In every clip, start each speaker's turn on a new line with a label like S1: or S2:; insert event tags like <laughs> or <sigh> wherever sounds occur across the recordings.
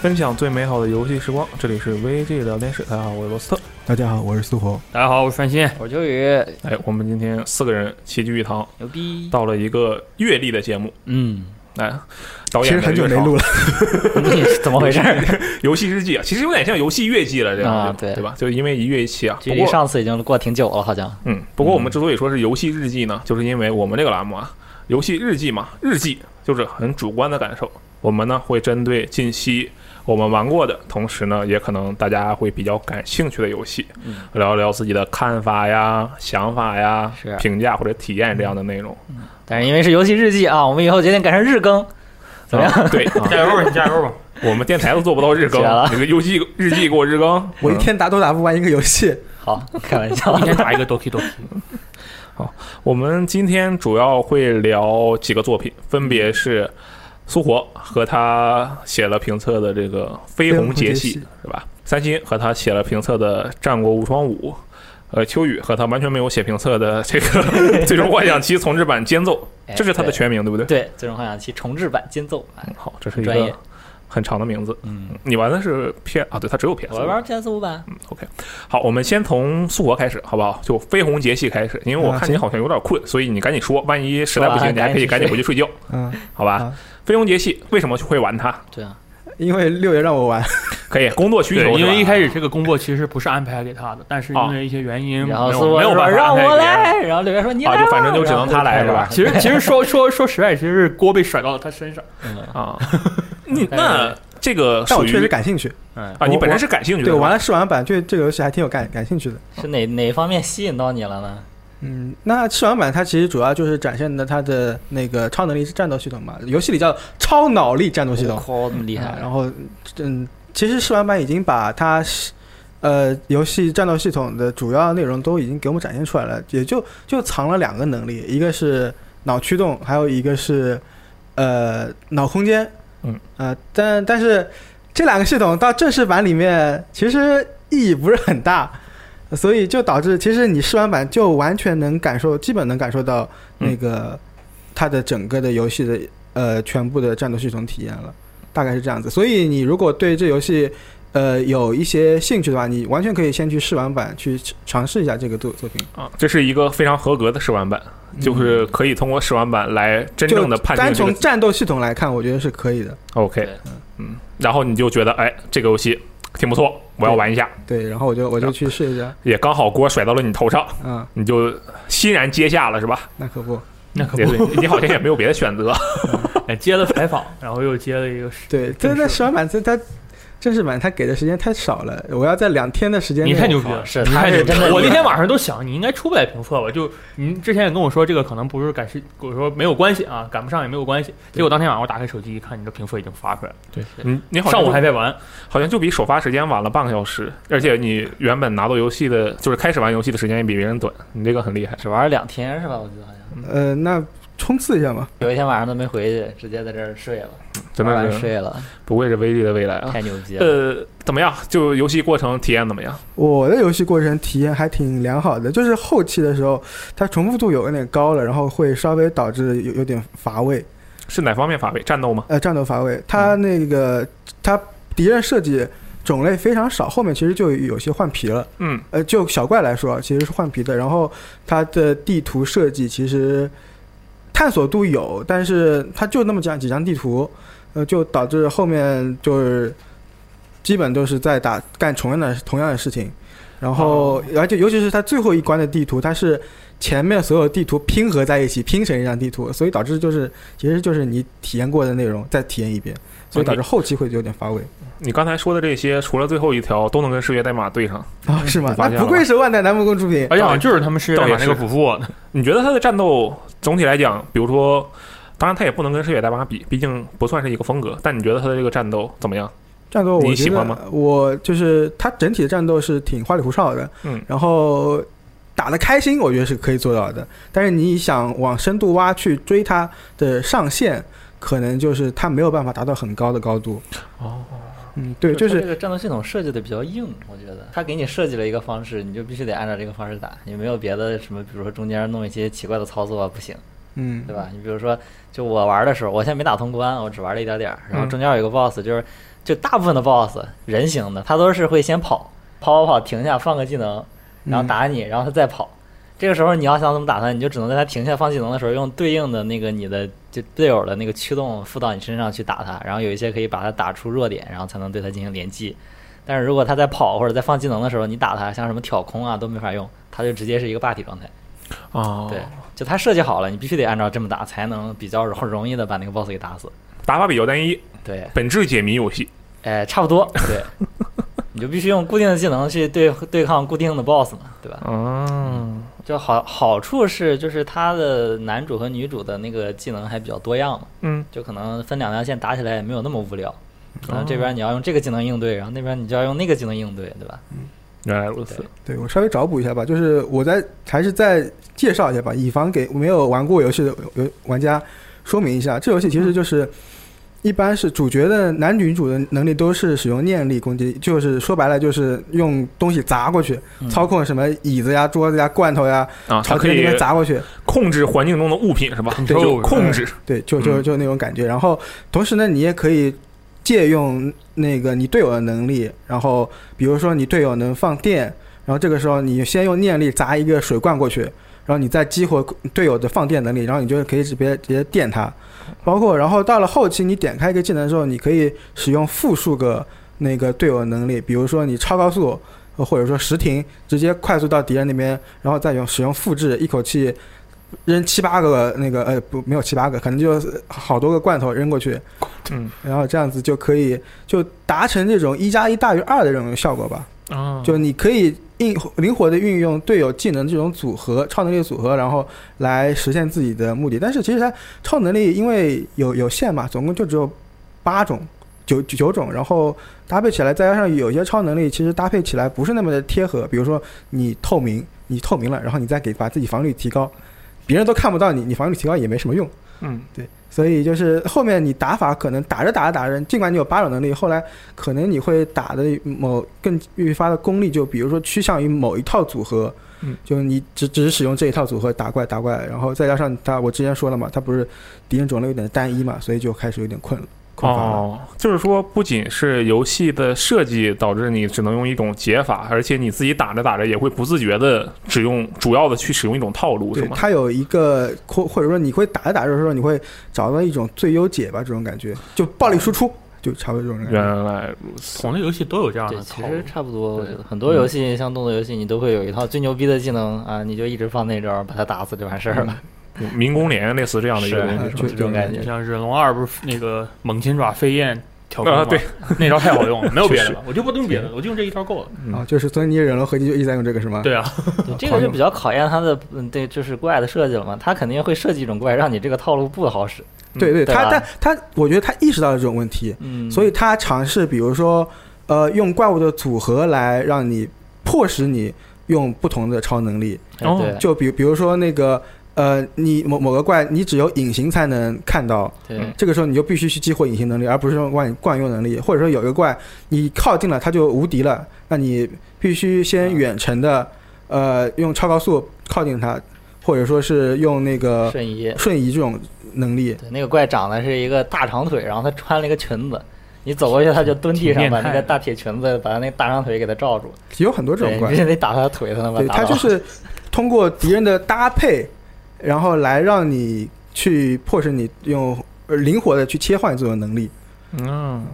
S1: 分享最美好的游戏时光，这里是 VG 聊天室。大家好，我是罗斯特。
S2: 大家好，我是苏活。
S3: 大家好，我是范鑫。
S4: 我是秋雨，
S1: 哎，我们今天四个人齐聚一堂，
S4: 牛逼！
S1: 到了一个阅历的节目。
S3: 嗯，
S1: 哎，导
S2: 其
S1: 演
S2: 实很久没录
S1: <laughs> 了，
S2: 了，，
S4: 你是怎么回事？
S1: <laughs>
S4: <laughs>
S1: 游戏日记啊，其实有点像游戏月记了，这样、
S4: 啊
S1: 对吧
S4: 对
S1: 对吧？就因为一月一期啊。
S4: 距
S1: 不
S4: 离
S1: 过，
S4: 上次已经过挺久了，好像。
S1: 嗯，不过我们之所以说是游戏日记呢，就是因为我们这个栏目啊，游戏日记嘛，日记就是很主观的感受。我们呢会针对近期我们玩过的，同时呢也可能大家会比较感兴趣的游戏，
S4: 嗯
S1: 聊一聊自己的看法呀、想法呀
S4: 是、嗯
S1: 评价或者体验这样的内容。
S4: 但是因为是游戏日记啊，我们以后决定改成日更，怎么样？
S1: 啊？对，啊
S3: 加油吧，你加油吧。
S1: 我们电台都做不到日
S4: <laughs>
S1: 更
S4: 绝了，
S1: 你个游戏日记给我日更
S2: 我一天打都打不完一个
S1: <laughs>
S2: 游戏。
S4: 好，开玩笑
S3: 一。天打一个 Doki Doki。
S1: 我们今天主要会聊几个作品，分别是苏活和他写了评测的这个《绯红节
S2: 绯红节
S1: 气
S2: 气》，
S1: 是吧？三星和他写了评测的《战国无双五》，呃，秋雨和他完全没有写评测的
S4: <laughs>
S1: 这个《最终幻想七重置版间奏》，
S4: 哎
S1: 这是他的全名，对不对？
S4: <laughs> 对，《最终幻想七》重置版间奏版，
S1: 好，这是一
S4: 专业
S1: 个很长的名字。
S4: 嗯，
S1: 你玩的是 P 啊？对，它只有 PS。
S4: 我玩 PS 五版，
S1: OK，好，我们先从苏活开始，好不好？就绯红节气开始，因为我
S2: 啊
S1: 看你好像有点困，所以你赶紧说，万一实在不
S4: 说
S1: 行，
S4: 完
S1: 你还可以赶
S4: 赶
S1: 紧
S4: 紧
S1: 回去睡觉，
S2: 嗯，
S1: 好吧
S2: 啊？
S1: 绯红节气为什么会玩它？
S4: 对啊，
S2: 因为六爷让我玩，
S1: 可以，工作需
S3: 对
S1: 求，，
S3: 因为一
S1: 始
S3: 开始这个工作其实不是安排给他的，但是因为一些原因，没
S4: 然后
S3: 有
S4: 苏
S3: 没有
S4: 说
S3: 办法
S4: 让
S3: 安排给
S4: 我
S3: 别人
S4: 来，然后柳岩说你来
S1: 啊，
S4: 吧，
S1: 就反正就只能他来是
S4: 然
S1: 吧
S4: 后？
S3: 其实其实说说说实在，其实是锅被甩到了他身上。
S4: 嗯，
S3: <laughs>
S1: 啊，你
S4: 对
S1: 那
S3: 呃
S1: 这个
S2: 但
S1: 属
S2: 我确实
S1: 于
S2: 感兴趣。
S3: 嗯，
S1: 啊，你本身是感兴趣的，
S2: 对，
S1: 是吧
S2: 玩了试玩版，对这个游戏还挺有感感兴趣的。
S4: 是哪哪方面吸引到你了呢？
S2: 嗯，那试玩版它其实主要就是展现的它的那个超能力是战斗系统嘛，游戏里叫超脑力战斗系统。
S4: 靠，这么厉
S2: 啊
S4: 害！
S2: 然后，嗯，其实试玩版已经把它是，呃，游戏战斗系统的主要内容都已经给我们展现出来了，也就就藏了两个能力，一个是脑驱动，还有一个是呃脑空间。
S1: 嗯，
S2: 呃，但但是这两个系统到正式版里面其实意义不是很大。所以就导致，其实你试玩版就完全能感受，基本能感受到
S4: 嗯
S2: 那个它的整个的游戏的呃全部的战斗系统体验了。大概是这样子。所以你如果对这游戏呃有一些兴趣的话，你完全可以先去试玩版去尝试一下这个作作品。
S1: 啊，这是一个非常合格的试玩版，就是可以通过试玩版来真正的判
S2: 嗯单
S1: 定这
S2: 从
S1: 个
S2: 战斗系统来看，我觉得是可以的。
S1: OK，
S4: 对
S1: 嗯，然后你就觉得哎，这个游戏挺不错，我要玩一下，
S2: 对，然后我
S3: <laughs>
S2: 就我就去试一下。
S1: 也刚好锅甩到了你头上。
S2: 啊、
S1: 你就欣然接下了是吧？
S2: 那可不，
S3: 那可
S1: 对
S3: 不，
S1: 对，你好像也没有别的选
S3: <laughs>
S1: 择。
S3: 哎接了采访，然后又接了一个。
S2: 对，
S3: 真
S2: 这
S3: 是
S2: 在试玩版这它。正式版它给的时间太少了，我要在两天的时间内
S3: 你太牛逼了，
S4: 是
S3: 你
S4: 他
S3: 太
S4: 是
S3: 牛逼
S4: 真的
S3: 了！我那
S4: 厉害
S3: 天晚上都想，你应该出不来评测吧？就你之前也跟我说，这个可能不是赶时，我说没有关系啊，赶不上也没有关系。结果当天晚上我打开手机一看，你的评测已经发出来了，
S1: 你嗯你好像
S3: 上午
S1: 就
S3: 还在玩，
S1: 好像就比首发时间晚了半个小时，而且你原本拿到游戏的，就是开始玩游戏的时间也比别人短，你这个很厉害。
S4: 只玩了两天是吧？我记得好像
S2: 呃，那冲刺一下嘛。
S4: 有一天晚上都没回去，直接在这儿睡了，
S1: 真
S4: 玩
S1: 的
S4: 完
S1: 是
S4: 睡了，
S1: 不愧是 VG 的未来
S3: 嗯
S1: 啊！
S4: 太牛逼了！
S1: 呃，怎么样？就游戏过程体验怎么样？
S2: 我的游戏过程体验还挺良好的，就是后期的时候，它重复度有点高了，然后会稍微导致有有点乏味。
S1: 是哪方面乏味？战斗吗？
S2: 呃，战斗乏味。它那个它敌人设计种类非常少，后面其实就有些换皮了。
S1: 嗯，
S2: 呃，就小怪来说，其实是换皮的。然后它的地图设计其实探索度有，但是它就那么几张几张地图，呃，就导致后面就是基本都是在打干同样的同样的事情。然
S1: 哦
S2: 后，而且尤其是它最后一关的地图，它是前面所有地图拼合在一起拼成一张地图，所以导致就是其实就是你体验过的内容再体验一遍，所以
S1: 哦
S2: 导致后期会有点乏味
S1: 你刚才说的这些，除了最后一条，都能跟视觉代码对上。
S2: 啊， <laughs> 是吗
S1: 哦你？发
S2: 那
S1: 现
S2: 不
S1: 了
S2: 愧是万代南梦宫出品。
S3: 而且好像就是他们世界代码那个辅助，
S1: 你觉得它的战斗总体来讲，比如说，当然它也不能跟视觉代码比，毕竟不算是一个风格。但你觉得它的这个战斗怎么样？
S2: 战斗
S1: 你
S2: 我
S1: 喜
S2: 觉
S1: 欢吗
S2: 得我就是它整体的战斗是挺花里胡哨的，
S1: 嗯，
S2: 然后打得开心，我觉得是可以做到的。但是你想往深度挖去追它的上限，可能就是它没有办法达到很高的高度。
S1: 哦，
S2: 嗯，对，就
S4: 它
S2: 是
S4: 这个战斗系统设计的比较硬，我觉得他给你设计了一个方式，你就必须得按照这个方式打，你没有别的什么，比如说中间弄一些奇怪的操作啊，不行，
S2: 嗯，
S4: 对吧？你比如说，就我玩的时候，我现在没打通关，我只玩了一点点儿，然后
S2: 嗯
S4: 中间有一个 BOSS，就是就大部分的 BOSS 人形的，他都是会先跑，跑跑跑停下放个技能，然后
S2: 嗯
S4: 打你，然后他再跑。这个时候你要想怎么打他，你就只能在他停下放技能的时候，用对应的那个你的就队友的那个驱动附到你身上去打他，然后有一些可以把他打出弱点，然后才能对他进行连击。但是如果他在跑或者在放技能的时候，你打他，像什么挑空啊都没法用，他就直接是一个霸体状态。
S1: 哦，
S4: 对，就它设计好了，你必须得按照这么打，才能比较容容易的把那个 boss 给打死。
S1: 打法比较单一，
S4: 对，
S1: 本质解谜游戏。
S4: 哎，差不多。对，你就必须用固定的技能去对对抗固定的 boss 嘛，对吧？
S1: 嗯，
S4: 就好好处是，就是它的男主和女主的那个技能还比较多样嘛，
S1: 嗯，
S4: 就可能分两条线打起来也没有那么无聊。可能这
S1: 哦
S4: 边你要用这个技能应对，然后那边你就要用那个技能应对，对吧？
S1: 原来如此。
S2: 对我稍微找补一下吧，就是我在还是再介绍一下吧，以防给没有玩过游戏的游玩家说明一下，这游戏其
S1: 嗯
S2: 实就是一般是主角的男女主的能力都是使用念力攻击，就是说白了就是用东西砸过去，
S4: 嗯
S2: 操控什么椅子呀、桌子呀、罐头呀，
S1: 啊，它
S2: 朝
S1: 可
S2: 天那
S1: 以
S2: 边砸过去，
S1: 控制环境中的物品是吧？
S3: Control，
S1: 就控制。
S2: 对，就就
S1: 嗯
S2: 就那种感觉。然后同时呢，你也可以借用那个你队友的能力，然后比如说你队友能放电，然后这个时候你先用念力砸一个水罐过去，然后你再激活队友的放电能力，然后你就可以直接直接电他。包括然后到了后期，你点开一个技能的时候，你可以使用复数个那个队友的能力，比如说你超高速。呃或者说实停，直接快速到敌人那边，然后再用使用复制，一口气扔七八个那个呃不没有七八个，可能就好多个罐头扔过去，
S1: 嗯
S2: 然后这样子就可以就达成这种一加一大于二的这种效果吧。
S1: 啊
S2: 就你可以应灵活的运用队友技能这种组合、超能力组合，然后来实现自己的目的。但是其实它超能力因为有有限嘛，总共就只有八种、九九九种，然后搭配起来，再加上有些超能力其实搭配起来不是那么的贴合，比如说你透明，你透明了，然后你再给把自己防御率提高，别人都看不到你，你防御率提高也没什么用。
S1: 嗯，
S2: 所以就是后面你打法可能打着打着打着，尽管你有八种能力，后来可能你会打的某更愈发的功力，就比如说趋向于某一套组合，
S1: 嗯
S2: 就你只只使用这一套组合打怪打怪，然后再加上它，我之前说了嘛，它不是敌人种类有点单一嘛，所以就开始有点困了，困乏了。
S1: 哦，就是说，不仅是游戏的设计导致你只能用一种解法，而且你自己打着打着也会不自觉的只用主要的去使用一种套路，是
S2: 对，
S1: 吗？
S2: 它有一个或或者说你会打着打着的时候，你会找到一种最优解吧，这种感觉，就暴力输出，就差不多这种感觉。
S1: 原来如此。
S3: 同类游戏都有这样
S4: 对，
S3: 的
S4: 其
S3: 套
S4: 实
S3: 路。
S4: 差不多。我觉得
S3: 对
S4: 很多游戏像动作游戏，你都会有一套最牛逼的技能啊，你就一直放那招，把他打死就完事儿了。
S1: 民工连类似这样的一个
S4: 是
S1: 东西
S2: 啊
S1: 是吧
S2: 就
S4: 这种感觉
S3: 你。 <laughs> 像忍龙二不是那个猛禽爪飞燕挑钩吗
S1: 啊对，
S3: <laughs> 那招太好用了，没有别的
S1: 确
S3: 了，我就不用别的了，我就用这一招够了。
S1: 嗯
S2: 啊，就是所以你忍了合计就一直在用这个是吗？
S3: 对啊，
S4: 对这个就比较考验它的，嗯，对，就是怪的设计了嘛。它肯定会设计一种怪，让你这个套路不好使。
S2: 对对，
S4: 嗯对
S2: 他
S4: 吧
S2: 但他我觉得他意识到了这种问题，
S4: 嗯，
S2: 所以他尝试，比如说，呃，用怪物的组合来让你迫使你用不同的超能力，
S4: 哎对
S2: 哦就比比如说那个，呃，你某某个怪，你只有隐形才能看到，
S4: 对
S1: 嗯
S2: 这个时候你就必须去激活隐形能力，而不是用惯惯用能力，或者说有一个怪你靠近了它就无敌了，那你必须
S4: 嗯
S2: 先远程的，呃，用超高速靠近它，或者说是用那个
S4: 瞬移，
S2: 瞬移这种能力。
S4: 对那个怪长得是一个大长腿，然后他穿了一个裙子，你走过去他就蹲地
S1: 挺
S4: 上，
S1: 变态
S4: 把
S1: 的
S4: 那个大铁裙子把他那大长腿给他罩住。
S2: 有很多这种
S4: 对，你
S2: 怪
S4: 必，须得打他的腿才能把
S2: 对，
S4: 打
S2: 它
S4: 倒。
S2: 就是通过敌人的搭配，然后来让你去迫使你用呃灵活的去切换这种能力。
S1: 嗯，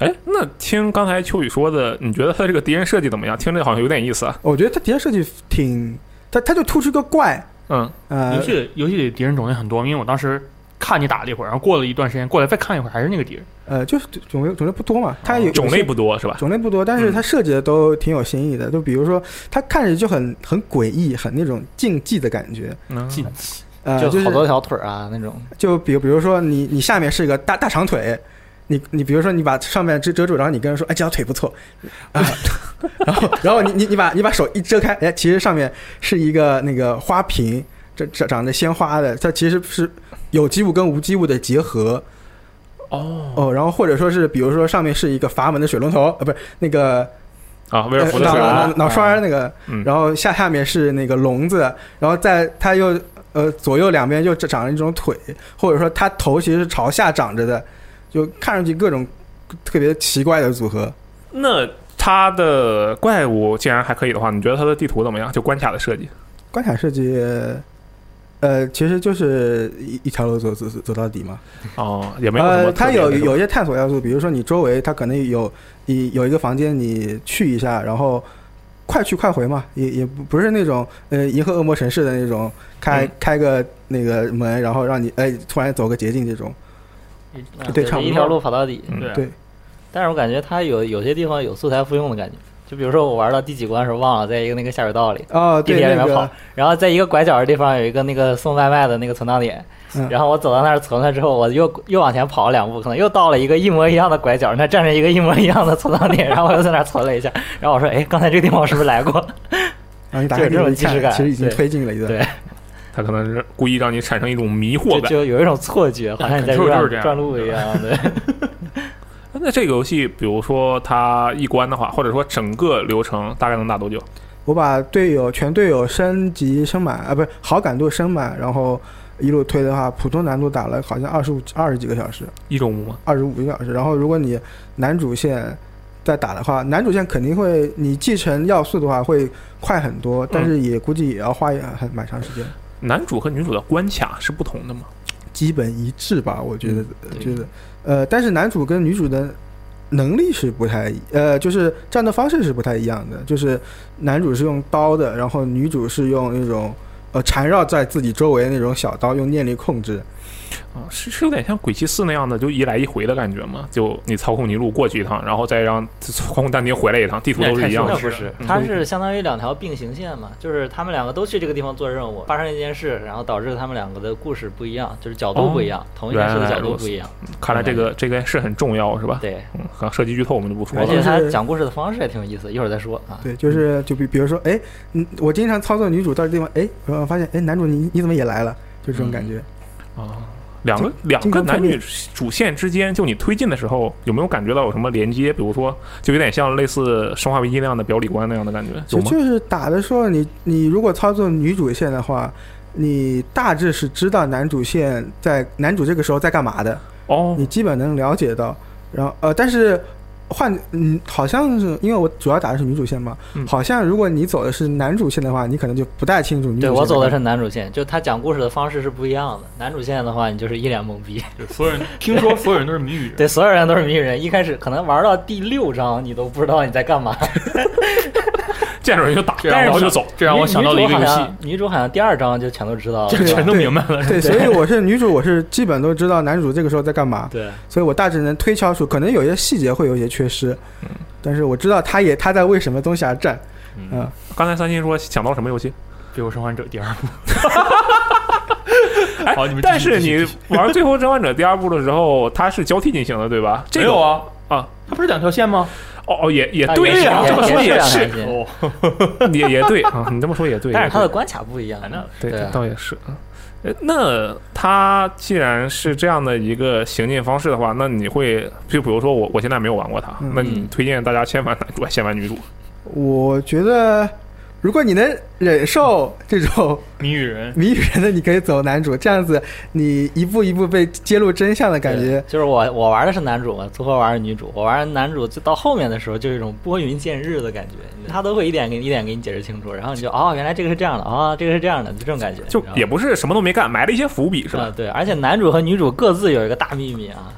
S1: 哎，那听刚才秋雨说的，你觉得他这个敌人设计怎么样？听着好像有点意思啊。
S2: 我觉得它敌人设计挺，它它就突出一个怪，
S1: 嗯，
S2: 呃
S3: 游，戏里游戏里敌人种类很多，因为我当时看你打了一会儿，然后过了一段时间过来再看一会儿，还是那个敌人。
S2: 呃，就是种类种类不多嘛，它有
S1: 啊 <laughs> 种
S2: 有
S1: 类
S2: 些
S1: 不嗯多是吧？
S2: 种类不多，但是它设计的都挺有新意的。就比如说，它看着就很很诡异，很那种竞技的感觉。
S1: 嗯，
S3: 进
S2: 呃，
S4: <laughs> 就
S2: 就是
S4: 好多条腿啊那种。
S2: 就比如比如说你你下面是个大大长腿，你你比如说你把上面遮遮住，然后你跟人说哎这条腿不错，啊， <laughs> 然后然后你你你把你把手一遮开，哎其实上面是一个那个花瓶，这长长着鲜花的，它其实是有机物跟无机物的结合。
S1: 哦
S2: 哦，然后或者说是，比如说上面是一个阀门的水龙头，呃，不是那个
S1: 啊，威尔
S2: 呃
S1: 福的
S2: 脑
S1: 水龙
S4: 啊
S2: 脑
S1: 头，
S2: 脑刷儿那个，
S1: 嗯，
S2: 然后下下面是那个笼子，然后在它又呃左右两边又长着一种腿，或者说它头其实是朝下长着的，就看上去各种特别奇怪的组合。
S1: 那它的怪物既然还可以的话，你觉得它的地图怎么样？就关卡的设计，
S2: 关卡设计，呃，其实就是一一条路走走走走到底嘛。
S1: 哦，也没有什么
S2: 呃，
S1: 特
S2: 它
S1: 别的
S2: 有
S1: 是吧。
S2: 有一些探索要素，比如说你周围它可能有你有一个房间，你去一下，然后快去快回嘛，也也不不是那种呃银河恶魔城市的那种开、
S1: 嗯
S2: 开个那个门，然后让你哎突然走个捷径这种。
S4: 嗯
S2: 对差不多
S4: 一条路跑到底。
S1: 嗯
S3: 对啊
S2: 对
S4: 但是我感觉它有有些地方有素材复用的感觉，就比如说我玩到第几关的时候忘了，在一个那个下水道里。
S2: 哦，
S4: 地
S2: 对
S4: 铁里
S2: 那
S4: 面跑，
S2: 个
S4: 然后在一个拐角的地方有一个那个送外卖的那个存档点，
S2: 嗯
S4: 然后我走到那儿存了之后，我又又往前跑了两步，可能又到了一个一模一样的拐角，那站着一个一模一样的存档点，然后我又在那儿存了一下，然后我说，哎，刚才这个地方我是不是来过？ <laughs>
S2: 然后你打
S4: 就
S2: 开地图
S4: 有这种
S2: 一
S4: 即视
S2: 看，
S4: 感
S2: 其实已经
S4: 对
S2: 推进了一段。
S4: 对
S1: 它可能是故意让你产生一种迷惑
S4: 就
S1: 感。
S4: 就有一种错觉，好像你在
S3: Control 就是
S4: 转
S3: 这样
S4: 转路一样，对，
S1: 那这个游戏，比如说它一关的话，或者说整个流程大概能打多久？
S2: 我把队友全队友升级升满啊，不是好感度升满，然后一路推的话，普通难度打了好像二十五二十几个小时，
S1: 一周五吗？
S2: 二十五个小时。然后如果你男主线再打的话，男主线肯定会你继承要素的话会快很多，但是也估计也要花也很蛮长时间，
S1: 男主和女主的关卡是不同的吗？
S2: 基本一致吧，我觉得、
S4: 对
S2: 觉得呃，但是男主跟女主的。能力是不太一，呃，就是战斗方式是不太一样的。就是男主是用刀的，然后女主是用那种呃缠绕在自己周围的那种小刀，用念力控制。
S1: 啊，是是有点像鬼泣四那样的，就一来一回的感觉吗？就你操控尼禄过去一趟，然后再让操控丹尼回来一趟，地图都是一样
S3: 那
S1: 的嗯
S4: 不
S3: 也太
S4: 是
S3: 不是，
S4: 它是相当于两条并行线嘛，就是他们两个都去这个地方做任务，发生一件事，然后导致他们两个的故事不一样，就是角度不一样，同一件事的角度不一样，
S1: 看来这个这个是很重要，是吧？
S4: 对，
S1: 嗯，可能涉及剧透我们就不说
S4: 而
S1: 了
S4: 且。他
S2: 就是
S4: 讲故事的方式也挺有意思，一会儿再说啊。
S2: 对，就是就比比如说，哎，嗯，我经常操作女主到这地方，哎，然后发现，哎，男主你你怎么也来了？就这种
S4: 嗯
S2: 感觉。
S1: 啊，两个两个男女主线之间，就你推进的时候，有没有感觉到有什么连接？比如说，就有点像类似《生化危机》那样的表里观那样的感觉，
S2: 其
S1: 有
S2: 实
S1: 吗？
S2: 就是打的时候，你你如果操作女主线的话，你大致是知道男主线在男主这个时候在干嘛的，
S1: 哦
S2: 你基本能了解到。然后呃，但是换嗯，好像是因为我主要打的是女主线嘛，
S1: 嗯
S2: 好像如果你走的是男主线的话，你可能就不太清楚女主
S4: 对
S2: 线
S4: 我走
S2: 干
S4: 的是男主线，就他讲故事的方式是不一样的。男主线的话，你就是一脸懵逼，
S3: 就 <laughs> 所有人听说所有人都是谜语人，
S4: <laughs> 对，所有人都是谜语人。一开始可能玩到第六章，你都不知道你在干嘛。
S1: <laughs> 见着人就打，
S3: 这让
S1: 然
S3: 我
S1: 后就
S3: 想
S1: 走。
S3: <laughs> 这让我想到了一个游
S4: 女主
S3: 戏
S4: 好，像，女主好像第二章就全都知道了
S3: 就。
S2: 对
S3: 全都
S2: 对
S3: 明白了。
S2: 嘛。对，所以我是女主，我是基本都知道男主这个时候在干嘛。
S4: 对，
S2: 所以我大致能推敲出，可能有一些细节会有一些缺失，但是我知道他也他在为什么东西而战，
S3: 嗯
S2: 嗯，
S1: 刚才三星说想到什么游戏？
S3: 《最后生还者》第二部，
S1: 哎
S3: 好你们继续
S1: 但是
S3: 继续
S1: 你
S3: 继续
S1: 玩《最后生还者》第二部的时候，它是交替进行的，对吧？这
S3: 没
S1: 个
S3: 有啊
S1: 啊，
S3: 它不是两条线吗？
S1: 哦哦，也也
S4: 啊
S1: 对
S4: 也
S1: 呀，
S4: 是
S1: 这么说
S4: 也
S1: 也
S4: 是
S1: 是，
S4: 对
S3: 哦，
S1: <laughs> 也也对啊，你这么说也对。
S4: 但是它
S1: 也
S4: 的
S1: 对
S4: 关卡不一样
S3: 哎。那
S1: 对，
S4: 对
S1: 这
S4: 啊
S1: 倒也是。嗯呃，那它既然是这样的一个行进方式的话，那你会就比如说我我现在没有玩过它，
S2: 嗯
S1: 那你推荐大家先 <laughs> 玩男主还是先玩女主？
S2: 我觉得。如果你能忍受这种
S3: 谜语人，
S2: 谜语人的，你可以走男主，这样子你一步一步被揭露真相的感
S4: 对
S2: 觉。
S4: 就是我我玩的是男主嘛，组合玩的女主，我玩男主就到后面的时候就有一种拨云见日的感觉，他都会一点给你一点给你解释清楚，然后你就哦原来这个是这样的，哦这个是这样的，就这种感觉，
S1: 就
S4: 你知道吗
S1: 也不是什么都没干，埋了一些伏笔是吧
S4: 啊？对，而且男主和女主各自有一个大秘密啊，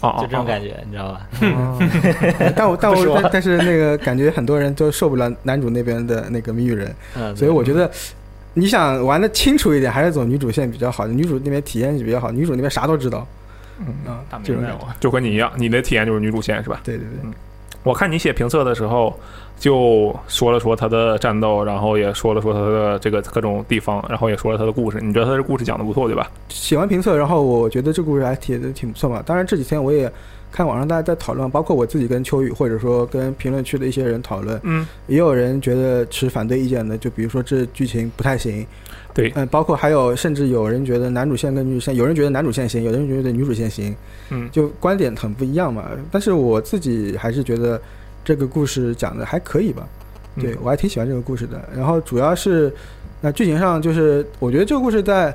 S1: 哦，
S4: 就这种
S1: 觉。
S4: 感觉，你知道吧？ <laughs>
S2: 哦但我但
S4: 不说
S2: 我但但是那个感觉很多人都受不了男主那边的那个谜语人，
S4: 嗯，
S2: 所以我觉得你想玩的清楚一点，还是走女主线比较好。女主那边体验比较好，女主那边啥都知道。
S1: 嗯，
S2: 啊
S3: 大，
S2: 这
S3: 明
S2: 种
S3: 白
S2: 感觉。
S3: 我。
S1: 就跟你一样，你的体验就是女主线是吧？
S2: 对对对。
S1: 我看你写评测的时候，就说了说他的战斗，然后也说了说他的这个各种地方，然后也说了他的故事。你觉得他的故事讲的不错，对吧？
S2: 写完评测，然后我觉得这故事还挺挺不错嘛。当然这几天我也看网上大家在讨论，包括我自己跟秋雨，或者说跟评论区的一些人讨论，
S1: 嗯，
S2: 也有人觉得持反对意见的，就比如说这剧情不太行，
S1: 对
S2: 嗯，包括还有甚至有人觉得男主线跟女主线，有人觉得男主线行，有人觉得女主线行，
S1: 嗯
S2: 就观点很不一样嘛。但是我自己还是觉得这个故事讲的还可以吧，
S1: 嗯
S2: 对我还挺喜欢这个故事的。然后主要是那剧情上，就是我觉得这个故事在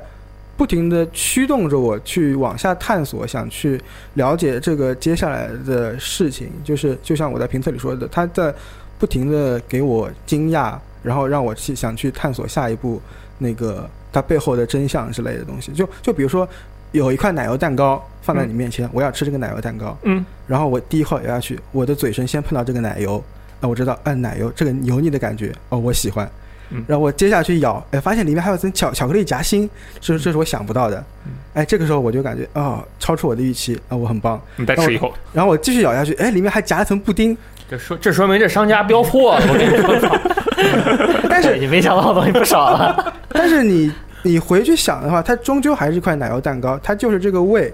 S2: 不停的驱动着我去往下探索，想去了解这个接下来的事情。就是就像我在评测里说的，他在不停的给我惊讶，然后让我去想去探索下一步那个它背后的真相之类的东西。就就比如说。有一块奶油蛋糕放在你面前，我要吃这个奶油蛋糕。
S1: 嗯，
S2: 然后我第一口咬下去，我的嘴唇先碰到这个奶油，啊，我知道，嗯，奶油这个油腻的感觉，哦，我喜欢
S1: 嗯。
S2: 然后我接下去咬，哎，发现里面还有层巧巧克力夹心，这这是我想不到的
S1: 嗯。
S2: 哎，这个时候我就感觉哦，超出我的预期啊，我很棒。
S1: 你再吃一口，
S2: 然后我继续咬下去，哎，里面还夹了层布丁，
S3: 这说这说明这商家标破了，我跟你说，
S2: <laughs> 但是
S4: 你没想到的东西不少了。
S1: <laughs>
S2: 但是你你回去想的话，它终究还是一块奶油蛋糕，它就是这个味，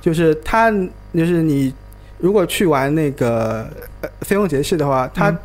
S2: 就是它就是你如果去玩那个呃飞鸿节气的话，它
S1: 嗯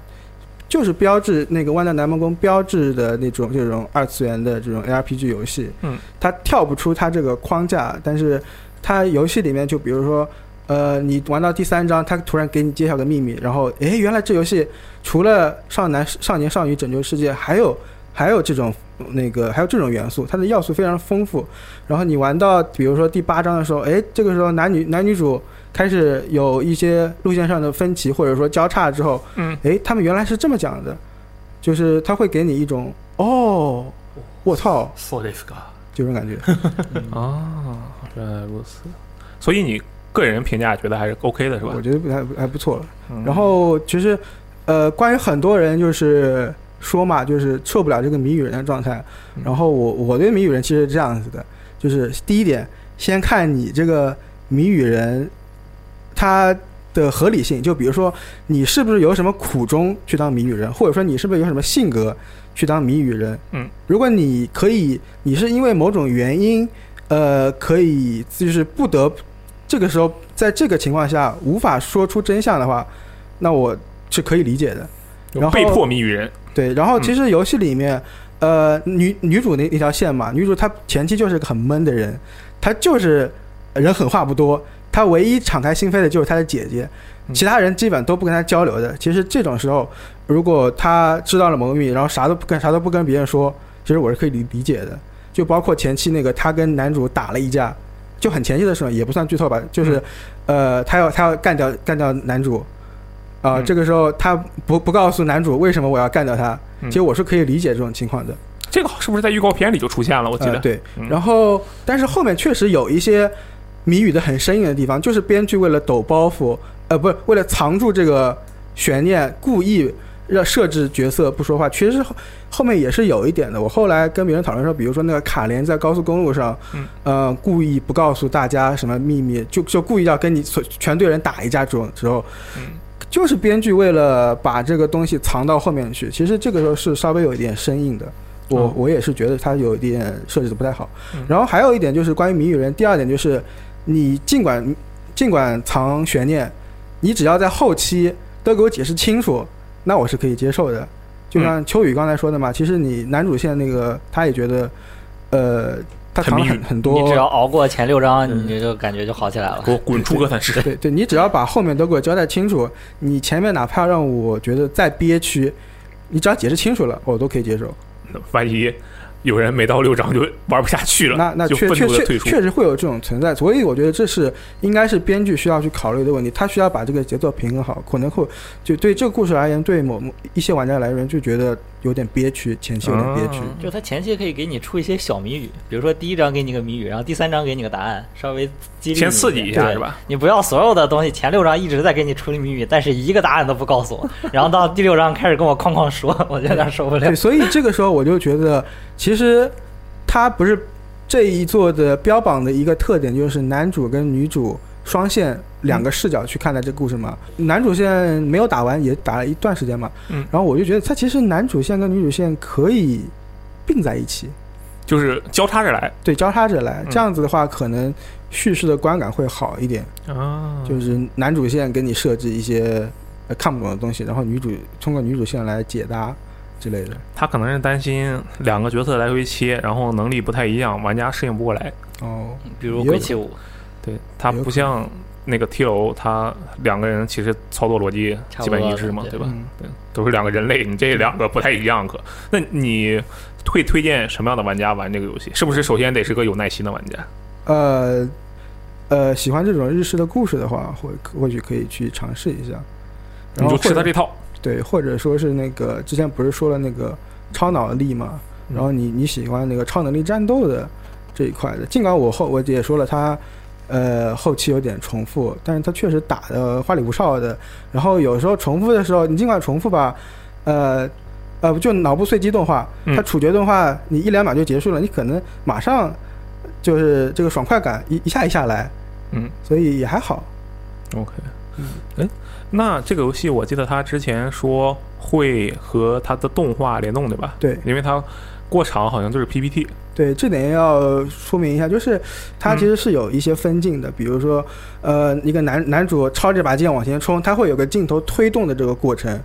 S2: 就是标志那个万代南梦宫标志的那种这种二次元的这种 ARPG 游戏，
S1: 嗯，
S2: 它跳不出它这个框架，但是它游戏里面就比如说。呃，你玩到第三章，它突然给你揭晓个秘密，然后，诶，原来这游戏除了少男少年少女拯救世界，还有还有这种那个还有这种元素，它的要素非常丰富。然后你玩到比如说第八章的时候，哎，这个时候男女男女主开始有一些路线上的分歧或者说交叉之后，
S1: 嗯，
S2: 哎，他们原来是这么讲的，就是他会给你一种哦，我操，
S3: そうですか。
S2: 就这种感觉。哦
S1: 啊，原来如此。所以你个人评价觉得还是 OK 的是吧
S2: 我？觉得不太还不错了。
S1: 嗯
S2: 然后其实，呃，关于很多人就是说嘛，就是受不了这个谜语人的状态
S1: 嗯。
S2: 然后我我对谜语人其实是这样子的，就是第一点，先看你这个谜语人他的合理性，就比如说你是不是有什么苦衷去当谜语人，或者说你是不是有什么性格去当谜语人。
S1: 嗯，
S2: 如果你可以，你是因为某种原因，呃，可以就是不得这个时候在这个情况下无法说出真相的话，那我是可以理解的。
S1: 就
S2: 然后
S1: 被迫谜语人，
S2: 对，然后其实游戏里面，呃，女女主那那条线嘛，女主她前期就是个很闷的人，她就是人狠话不多，她唯一敞开心扉的就是她的姐姐，
S1: 嗯
S2: 其他人基本都不跟她交流的。其实这种时候，如果她知道了某个秘密，然后啥都不跟啥都不跟别人说，其实我是可以理理解的。就包括前期那个她跟男主打了一架，就很前期的时候也不算剧透吧，就是，
S1: 嗯
S2: 呃，她要她要干掉干掉男主。啊、
S1: 嗯
S2: 这个时候她不不告诉男主为什么我要干掉他，
S1: 嗯
S2: 其实我是可以理解这种情况的。
S1: 这个是不是在预告片里就出现了？我记
S2: 呃
S1: 得，
S2: 对
S1: 嗯，
S2: 然后但是后面确实有一些谜语的很生硬的地方，就是编剧为了抖包袱，呃，不是为了藏住这个悬念，故意让设置角色不说话。其实后后面也是有一点的。我后来跟别人讨论说，比如说那个卡莲在高速公路上，
S1: 嗯
S2: 呃，故意不告诉大家什么秘密，就就故意要跟你所全队人打一架，这种时候。
S1: 嗯
S2: 就是编剧为了把这个东西藏到后面去，其实这个时候是稍微有一点生硬的，我、
S1: 哦
S2: 我也是觉得它有一点设计的不太好。
S1: 嗯
S2: 然后还有一点就是关于谜语人，第二点就是你尽管尽管藏悬念，你只要在后期都给我解释清楚，那我是可以接受的。就像秋雨刚才说的嘛，其实你男主线那个他也觉得，呃，他
S1: 很
S2: 藏了
S1: 谜语
S2: 很很多，
S4: 你只要熬过前六章，
S1: 嗯
S4: 你就感觉就好起来了。
S1: 给我滚出哥谭
S2: <laughs>
S1: 市！ <laughs>
S2: 对对，你只要把后面都给我交代清楚，你前面哪怕让我觉得再憋屈，你只要解释清楚了，我都可以接受。
S1: 万一有人没到六章就玩不下去了，
S2: 那那
S1: 啊就
S2: 确
S1: 愤
S2: 确
S1: 怒的
S2: 确
S1: 退出。
S2: 确实会有这种存在，所以我觉得这是应该是编剧需要去考虑的问题，他需要把这个节奏平衡好，可能会就对这个故事而言，对某某一些玩家来说就觉得有点憋屈，前期有点憋屈。
S1: 嗯
S4: 就他前期可以给你出一些小谜语，比如说第一章给你个谜语，然后第三章给你个答案，稍微激励你
S1: 先刺激一下
S4: 对
S1: 是吧？
S4: 你不要所有的东西前六章一直在给你出谜语，但是一个答案都不告诉
S1: <laughs>
S4: 我，然后到第六章开始跟我哐哐说，我就有点受不了
S2: 对，。所以这个时候我就觉得，其实它不是这一座的标榜的一个特点，就是男主跟女主双线两个视角去看待这故事嘛。男主线没有打完，也打了一段时间嘛。
S1: 嗯
S2: 然后我就觉得，它其实男主线跟女主线可以并在一起，
S1: 就是交叉着来。
S2: 对，交叉着来。
S1: 嗯
S2: 这样子的话，可能叙事的观感会好一点。
S3: 啊，
S1: 嗯
S2: 就是男主线给你设置一些呃看不懂的东西，然后女主通过女主线来解答之类的。
S1: 他可能是担心两个角色来回切，然后能力不太一样，玩家适应不过来。
S2: 哦，
S4: 比如鬼泣五，
S1: 对他不像那个 T 楼，他两个人其实操作逻辑
S4: 差
S1: 基
S4: 不多
S1: 本一致嘛，
S4: 对嗯
S1: 对吧？
S2: 嗯，
S1: 都是两个人类，你这两个不太一样可。那你会推荐什么样的玩家玩这个游戏？是不是首先得是个有耐心的玩家？
S2: 呃呃，喜欢这种日式的故事的话，或或许可以去尝试一下。
S1: 你
S2: 然
S1: 就
S2: 后或
S1: 吃
S2: 者
S1: 他这套，
S2: 对，或者说是那个之前不是说了那个超脑力嘛，
S1: 嗯
S2: 然后你你喜欢那个超能力战斗的这一块的，尽管我后我也说了它。呃，后期有点重复，但是它确实打的花里胡哨的。然后有时候重复的时候，你尽管重复吧，呃，呃，就脑部随机动画，
S1: 嗯
S2: 它处决动画你一两秒就结束了，你可能马上就是这个爽快感一一下一下来，
S1: 嗯
S2: 所以也还好。
S1: 哦，OK。哎，
S4: 嗯
S1: 那这个游戏我记得他之前说会和他的动画联动，对吧？
S2: 对，
S1: 因为它过场好像就是 PPT，
S2: 对，这点要说明一下，就是它其实是有一些分镜的，比如说，呃，一个男男主抄着把剑往前冲，他会有个镜头推动的这个过程，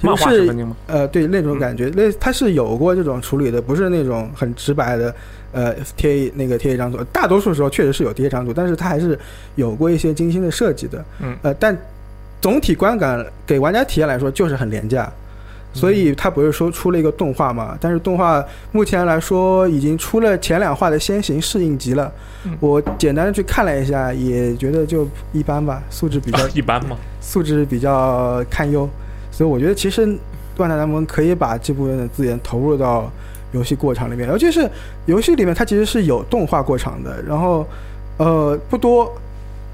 S2: 其
S1: 漫
S2: 实
S1: 画式分
S2: 是
S1: 镜吗？嗯
S2: 呃，对那种感觉，那它是有过这种处理的，不是那种很直白的，呃，贴那个贴一张图，大多数时候确实是有贴一张图，但是它还是有过一些精心的设计的，
S1: 嗯
S2: 呃，但总体观感给玩家体验来说就是很廉价，
S1: 嗯
S2: 所以它不是说出了一个动画嘛？但是动画目前来说已经出了前两话的先行适应集了
S1: 嗯，
S2: 我简单的去看了一下，也觉得就一般吧，素质比较
S1: 一般
S2: <laughs>
S1: 嘛。
S2: 素质比较堪忧，所以我觉得其实《万代南盟》可以把这部分的资源投入到游戏过场里面，尤其是游戏里面它其实是有动画过场的，然后呃不多，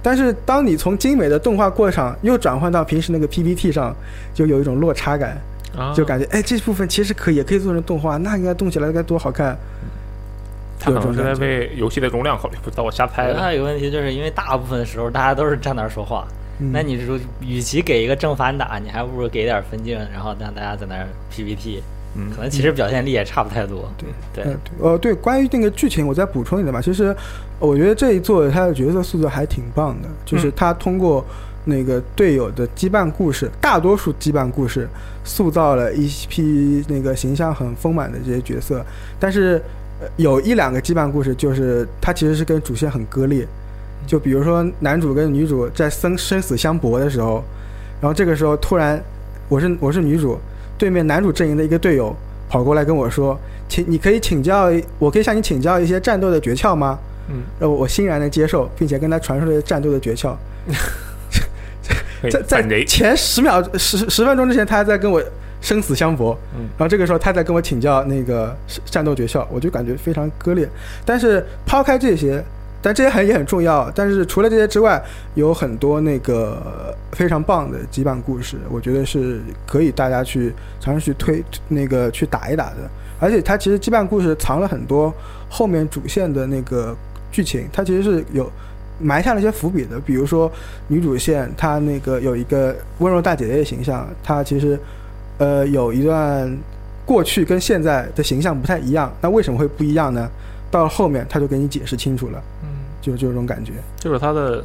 S2: 但是当你从精美的动画过场又转换到平时那个 PPT 上，就有一种落差感，
S1: 啊
S2: 就感觉哎这部分其实可以也可以做成动画，那应该动起来该多好看。
S1: 他可
S2: 有这
S1: 能
S2: 种
S1: 是在
S2: 感觉
S1: 为游戏的容量考虑，不知道我瞎
S4: 我
S1: 猜
S4: 觉得
S1: 的。
S4: 还有一个问题，就是因为大部分时候大家都是站那儿说话，
S2: 嗯
S4: 那你说，与其给一个正反打，你还不如给点分镜，然后让大家在那儿 PPT，
S1: 嗯
S4: 可能其实表现力也差不太多。对
S2: 嗯，对呃，对，关于那个剧情，我再补充一点吧。其实，我觉得这一作它的角色塑造还挺棒的，就是他通过那个队友的羁绊故事，大多数羁绊故事，塑造了一批那个形象很丰满的这些角色。但是，呃有一两个羁绊故事，就是它其实是跟主线很割裂。就比如说，男主跟女主在生生死相搏的时候，然后这个时候突然，我是我是女主，对面男主阵营的一个队友跑过来跟我说：“请你可以请教，我可以向你请教一些战斗的诀窍吗
S1: 嗯，？”
S2: 呃，我欣然的接受，并且跟他传授了战斗的诀窍。
S1: 可以
S2: 在
S1: 反
S2: 在
S1: 贼，
S2: 前十秒十十分钟之前，他还在跟我生死相搏，
S1: 嗯
S2: 然后这个时候他在跟我请教那个战斗诀窍，我就感觉非常割裂。但是抛开这些，但这些很也很重要。但是除了这些之外，有很多那个非常棒的羁绊故事，我觉得是可以大家去尝试去推那个去打一打的。而且它其实羁绊故事藏了很多后面主线的那个剧情，它其实是有埋下了一些伏笔的。比如说女主线，她那个有一个温柔大姐姐的形象，她其实呃有一段过去跟现在的形象不太一样。那为什么会不一样呢？到了后面她就给你解释清楚了，
S1: 嗯，
S2: 就就这种感觉。
S1: 就是他的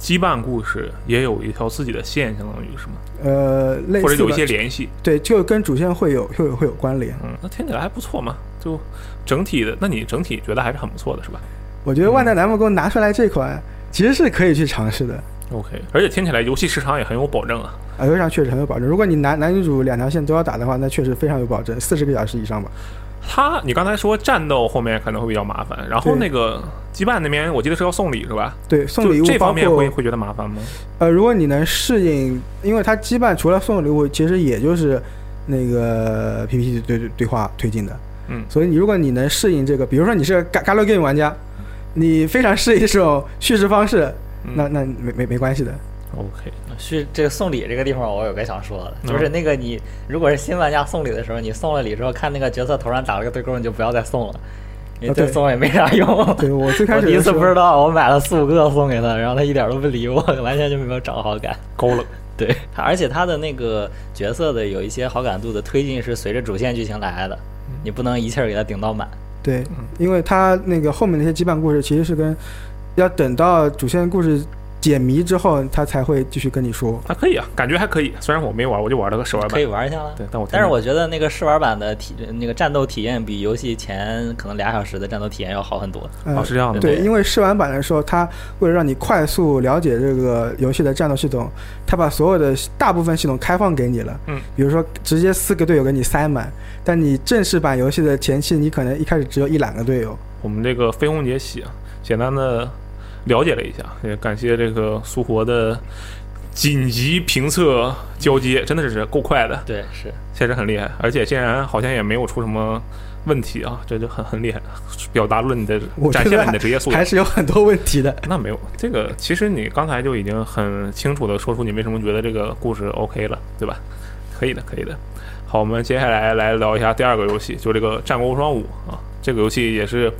S1: 羁绊故事也有一条自己的线，相当于是吗？
S2: 呃，类似
S1: 或者有一
S2: 吧
S1: 些联系。
S2: 对，就跟主线会有会有会有关联。
S1: 嗯，那听起来还不错嘛。就整体的，那你整体觉得还是很不错的，是吧
S2: 我觉得万代南梦宫拿出来这款其实是可以去尝试的。
S1: ？OK，而且听起来游戏市场也很有保证啊。
S2: 啊，流上确实很有保证。如果你男男女主两条线都要打的话，那确实非常有保证，四十个小时以上吧。
S1: 他，你刚才说战斗后面可能会比较麻烦，然后
S2: 对
S1: 那个羁绊那边，我记得是要送礼是吧？
S2: 对，送礼物
S1: 就这
S2: 包
S1: 方面会
S2: 括
S1: 会觉得麻烦吗？
S2: 呃，如果你能适应，因为它羁绊除了送礼物，其实也就是那个 PPT 对对对话推进的。
S1: 嗯
S2: 所以你如果你能适应这个，比如说你是个 Galo Game 玩家，你非常适应这种叙事方式，
S1: 嗯
S2: 那那没没没关系的。
S1: OK，
S4: 去这个送礼这个地方，我有个想说的，
S1: 嗯
S4: 就是那个你如果是新玩家送礼的时候，你送了礼之后，看那个角色头上打了个对勾，你就不要再送了，你再送也没啥用。
S2: 啊对我最
S1: 哦
S2: 开
S4: 我
S2: 始
S4: 第一
S2: 的时
S4: 次
S2: 候
S4: 不知道，我买了四五个送给他，然后他一点都不理我， <laughs> 完全就没有找好感。
S1: 高冷，
S4: 对他，而且他的那个角色的有一些好感度的推进是随着主线剧情来的，
S2: 嗯
S4: 你不能一气儿给他顶到满。
S2: 对，
S1: 嗯
S2: 因为它那个后面那些羁绊故事其实是跟要等到主线故事解谜之后，他才会继续跟你说。
S1: 还可以啊，感觉还可以。虽然我没玩，我就玩了个试玩
S4: 可
S1: 版
S4: 以，玩一下了。
S1: 对，但我
S4: 但是
S1: 听
S4: 我觉得那个试玩版的体那个战斗体验比游戏前可能俩小时的战斗体验要好很多。
S2: 嗯、
S1: 哦是这样的，
S2: 对，
S4: 对
S2: 因为试玩版的时候，它为了让你快速了解这个游戏的战斗系统，它把所有的大部分系统开放给你了。
S1: 嗯，
S2: 比如说直接四个队友给你塞满，但你正式版游戏的前期，你可能一开始只有一两个队友。
S1: 我们这个飞鸿节写简单的了解了一下，也感谢这个苏活的紧急评测交接，真的是够快的，
S4: 对，是
S1: 确实很厉害，而且竟然好像也没有出什么问题啊，这就很很厉害，表达了你的
S2: 我觉
S1: 展
S2: 得
S1: 现了你的职业素养
S2: 还。是有很多问题的。
S1: 那没有，这个其实你刚才就已经很清楚的说出你为什么觉得这个故事 OK 了，对吧？可以的，可以的。好，我们接下来来聊一下第二个游戏，就这个《战国无双五》啊，这个游戏也是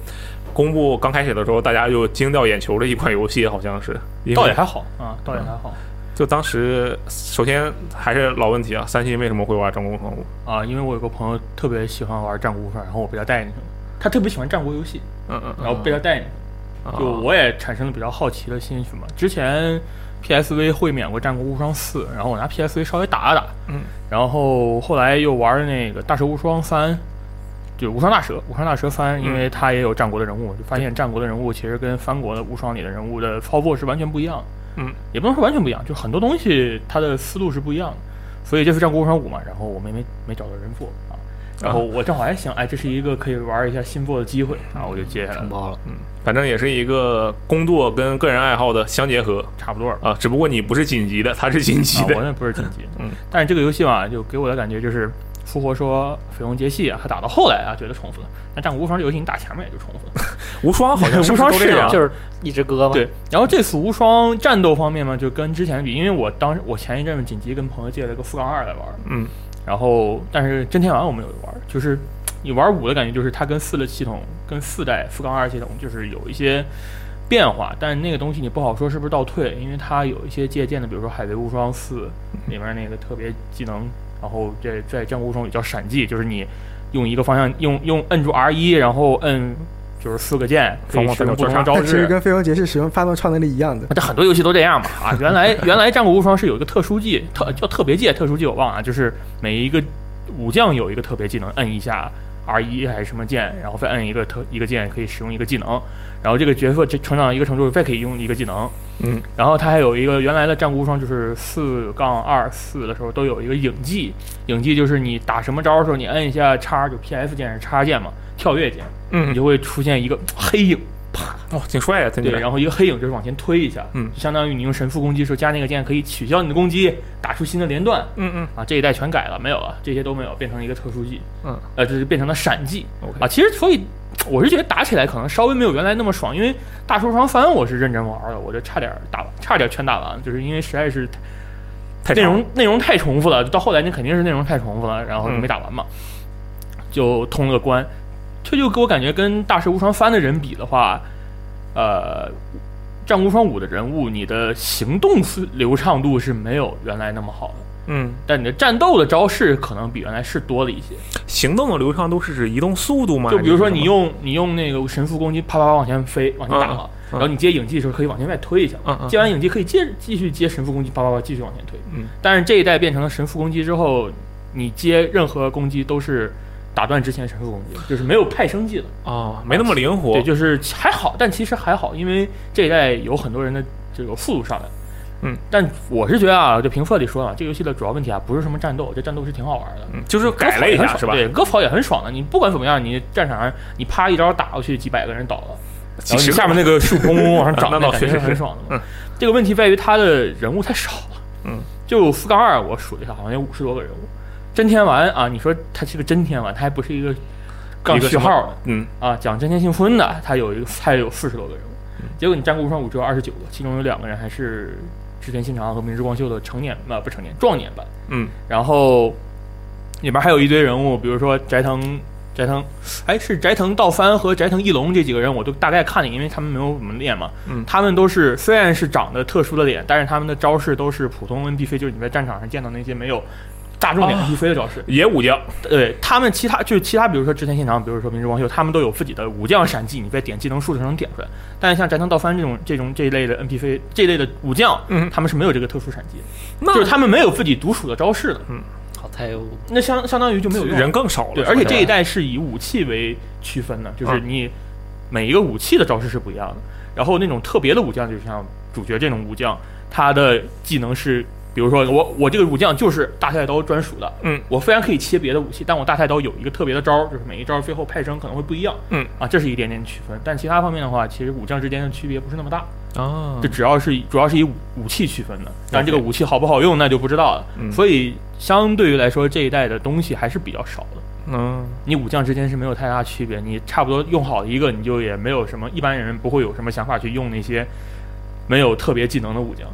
S1: 公布刚开始的时候，大家就惊掉眼球的一款游戏，好像是。因为
S4: 哦
S3: 倒也还好啊，倒也还好
S1: 就当时，首先还是老问题啊，三星为什么会玩《战国无双五》？
S3: 啊，因为我有个朋友特别喜欢玩战国无双，然后我被他带进去了。他特别喜欢战国游戏，
S1: 嗯嗯，嗯啊
S3: 然后被他带进去了。就我也产生了比较好奇的兴趣嘛。之前 PSV 会免过《战国无双四》，然后我拿 PSV 稍微打了打，
S1: 嗯，
S3: 然后后来又玩那个《大蛇无双三》，就《无双大蛇》《无双大蛇三》，因为它也有战国的人物，就发现战国的人物其实跟三国的无双里的人物的操作是完全不一样的，
S1: 嗯，
S3: 也不能说完全不一样，就很多东西它的思路是不一样的。所以这次《战国无双五》嘛，然后我们也没没找到人做啊。然后我正好还想，哎，这是一个可以玩一下新作的机会啊，我就接下来
S4: 承
S3: 了，
S4: 包了。
S1: 反正也是一个工作跟个人爱好的相结合
S3: 差不多了。
S1: 啊，只不过你不是紧急的，他是紧急
S3: 啊，我
S1: 的，
S3: 那不是紧 <laughs> 急，
S1: 嗯，
S3: 但是这个游戏嘛，就给我的感觉就是，复活说绯红杰系啊，他打到后来啊，觉得重复了，但战国无双这游戏你打前面也就重复了，
S1: 无双好像是
S3: 无
S1: 不
S3: 双
S1: 是都
S3: 是
S1: 这样
S3: 啊
S4: 就是一只鸽嘛。
S3: <laughs> 对，然后这次无双战斗方面嘛，就跟之前比，因为我当时我前一阵子紧急跟朋友借了个富冈二来玩，
S1: 嗯，
S3: 然后但是真天丸我们有玩，就是你玩五的感觉就是它跟四的系统跟四代富冈二系统就是有一些变化，但是那个东西你不好说是不是倒退，因为它有一些借鉴的，比如说《海贼无双四》里面那个特别技能，然后这在《战国无双》里叫闪技，就是你用一个方向用用摁住 R 一，然后摁就是四个键，可以使用不同的招
S2: 它其实
S3: 式。
S2: 跟飞龙杰是使用发动超能力一样的。
S3: 这很多游戏都这样嘛啊！原来原来《战国无双》是有一个特殊技，特叫特别技，特殊技我忘了，就是每一个武将有一个特别技能，摁一下 R 一还是什么键，然后再摁一个特一个键可以使用一个技能，然后这个角色这成长到一个程度再可以用一个技能，
S1: 嗯，
S3: 然后它还有一个原来的《战国无双》就是四杠二四的时候都有一个影技，影技就是你打什么招的时候你摁一下叉就 P F 键是叉键嘛，跳跃键，你
S1: 嗯，
S3: 就会出现一个黑影。
S1: 哦，挺帅啊，听起
S3: 对，
S1: 来，
S3: 然后一个黑影就是往前推一下，
S1: 嗯
S3: 就相当于你用神父攻击的时候加那个键可以取消你的攻击，打出新的连段
S1: 嗯嗯
S3: 啊，这一代全改了，没有了，这些都没有，变成了一个特殊技，
S1: 嗯
S3: 呃，就是变成了闪技
S1: ，OK，
S3: 啊。其实所以我是觉得打起来可能稍微没有原来那么爽，因为大叔双三我是认真玩的，我就差点打完，差点全打完，就是因为实在是太
S1: 太
S3: 内
S1: 长
S3: 容内容太重复了，到后来你肯定是内容太重复了，然后就
S1: 嗯
S3: 没打完嘛，就通了个关。这就给我感觉跟《大蛇无双三》的人比的话，呃，《战无双五》的人物，你的行动速流畅度是没有原来那么好的，
S1: 嗯，
S3: 但你的战斗的招式可能比原来是多了一些。
S1: 行动的流畅度是指移动速度吗？
S3: 就比如说
S1: 还是
S3: 你
S1: 什么，
S3: 用你用那个神速攻击啪啪啪往前飞往前打嘛，
S1: 嗯
S3: 然后你接影技的时候可以往前再推一下，
S1: 嗯嗯
S3: 接完影技可以接继续接神速攻击啪啪啪继续往前推。
S1: 嗯
S3: 但是这一代变成了神速攻击之后，你接任何攻击都是打断之前的神速攻击，就是没有派生技了。
S1: 哦，没那么灵活，
S3: 对，就是还好，但其实还好，因为这一代有很多人的这个速度上来了。
S1: 嗯，
S3: 但我是觉得啊，就评测里说了，这个游戏的主要问题啊，不是什么战斗，这战斗是挺好玩的，
S1: 嗯就是
S3: 割
S1: 改
S3: 草
S1: 了
S3: 也
S1: 一
S3: 很
S1: 下
S3: 爽
S1: 是吧？
S3: 对，割草也很爽的。你不管怎么样，你战场上你啪一招打过去，几百个人倒了，
S1: 几
S3: 然后
S1: 十个
S3: 你下面那个树咣咣咣往上涨，
S1: 嗯 <laughs> 那倒
S3: 感觉
S1: 确实
S3: 很
S1: 是
S3: 爽的
S1: 嗯。
S3: 嘛这个问题在于他的人物太少了。
S1: 嗯，
S3: 就福冈二，我数了一下，好像有五十多个人物。真天丸啊，你说他是个真天丸，他还不是一个杠
S1: 一个
S3: 序
S1: 什么
S3: 号的
S1: 嗯，
S3: 啊，讲真田幸村的，他有一个他有四十多个人物，
S1: 嗯
S3: 结果你战国无双五只有二十九个，其中有两个人还是织田信长和明智光秀的成年啊不成年壮年版，
S1: 嗯，
S3: 然后里面还有一堆人物，比如说斋藤斋藤，哎，是斋藤道帆和斋藤一龙这几个人，我都大概看了，因为他们没有怎么练嘛。
S1: 嗯
S3: 他们都是虽然是长得特殊的脸，但是他们的招式都是普通 NPC，就是你在战场上见到那些没有大众
S1: 啊
S3: 点 NPC 的招式。
S1: 野武将，
S3: 对他们其他就是其他，比如说之前现场，比如说明日光秀，他们都有自己的武将闪技，你在点技能树的时候能点出来。但是像斋藤道帆这种这种这一类的 NPC 这一类的武将，
S1: 嗯
S3: 他们是没有这个特殊闪技的，
S1: 那
S3: 就是他们没有自己独属的招式的，
S4: 好太污，，
S3: 那相相当于就没有用了。
S1: 人更少了，
S3: 对，
S1: 是吧嗯
S3: 而且这一代是以武器为区分的，就是你每一个武器的招式是不一样的。然后那种特别的武将，就是像主角这种武将，他的技能是，比如说我我这个武将就是大太刀专属的，
S1: 嗯，
S3: 我虽然可以切别的武器，但我大太刀有一个特别的招儿，就是每一招最后派生可能会不一样，
S1: 嗯
S3: 啊，这是一点点区分。但其他方面的话，其实武将之间的区别不是那么大，
S1: 啊
S3: 这，主要是以主要是以武武器区分的，但这个武器好不好用那就不知道了。
S1: 嗯
S3: 所以相对于来说，这一代的东西还是比较少的。
S1: 嗯
S3: 你武将之间是没有太大区别，你差不多用好一个，你就也没有什么一般人不会有什么想法去用那些没有特别技能的武将。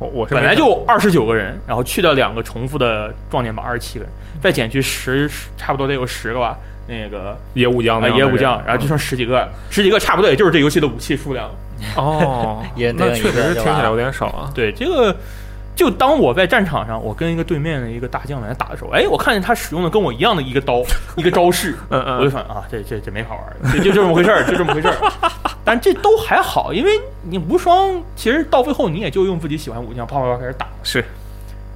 S1: 我我是没
S3: 本来就二十九个人，然后去掉两个重复的壮年吧，二十七个人，再减去十，十差不多得有十个吧。那个
S1: 野武将那
S3: 啊
S1: 样的
S3: 野
S1: 人，
S3: 武将，然后就剩十几个，十几个差不多也就是这游戏的武器数量。 <laughs>
S1: 哦
S4: 也那
S1: 那
S4: 个
S1: 确
S4: 一个
S1: 实
S4: 就
S1: 听起
S4: 完
S1: 来
S4: 了
S1: 有点少啊。
S3: 对，这个就当我在战场上，我跟一个对面的一个大将来打的时候，哎，我看见他使用的跟我一样的一个刀，一个招式，
S1: 嗯
S3: 我就
S1: 嗯，
S3: 想啊，这这这没法玩儿，就就就这么回事儿，就这么回事儿。但这都还好，因为你无双，其实到最后你也就用自己喜欢武将啪啪啪开始打。
S1: 是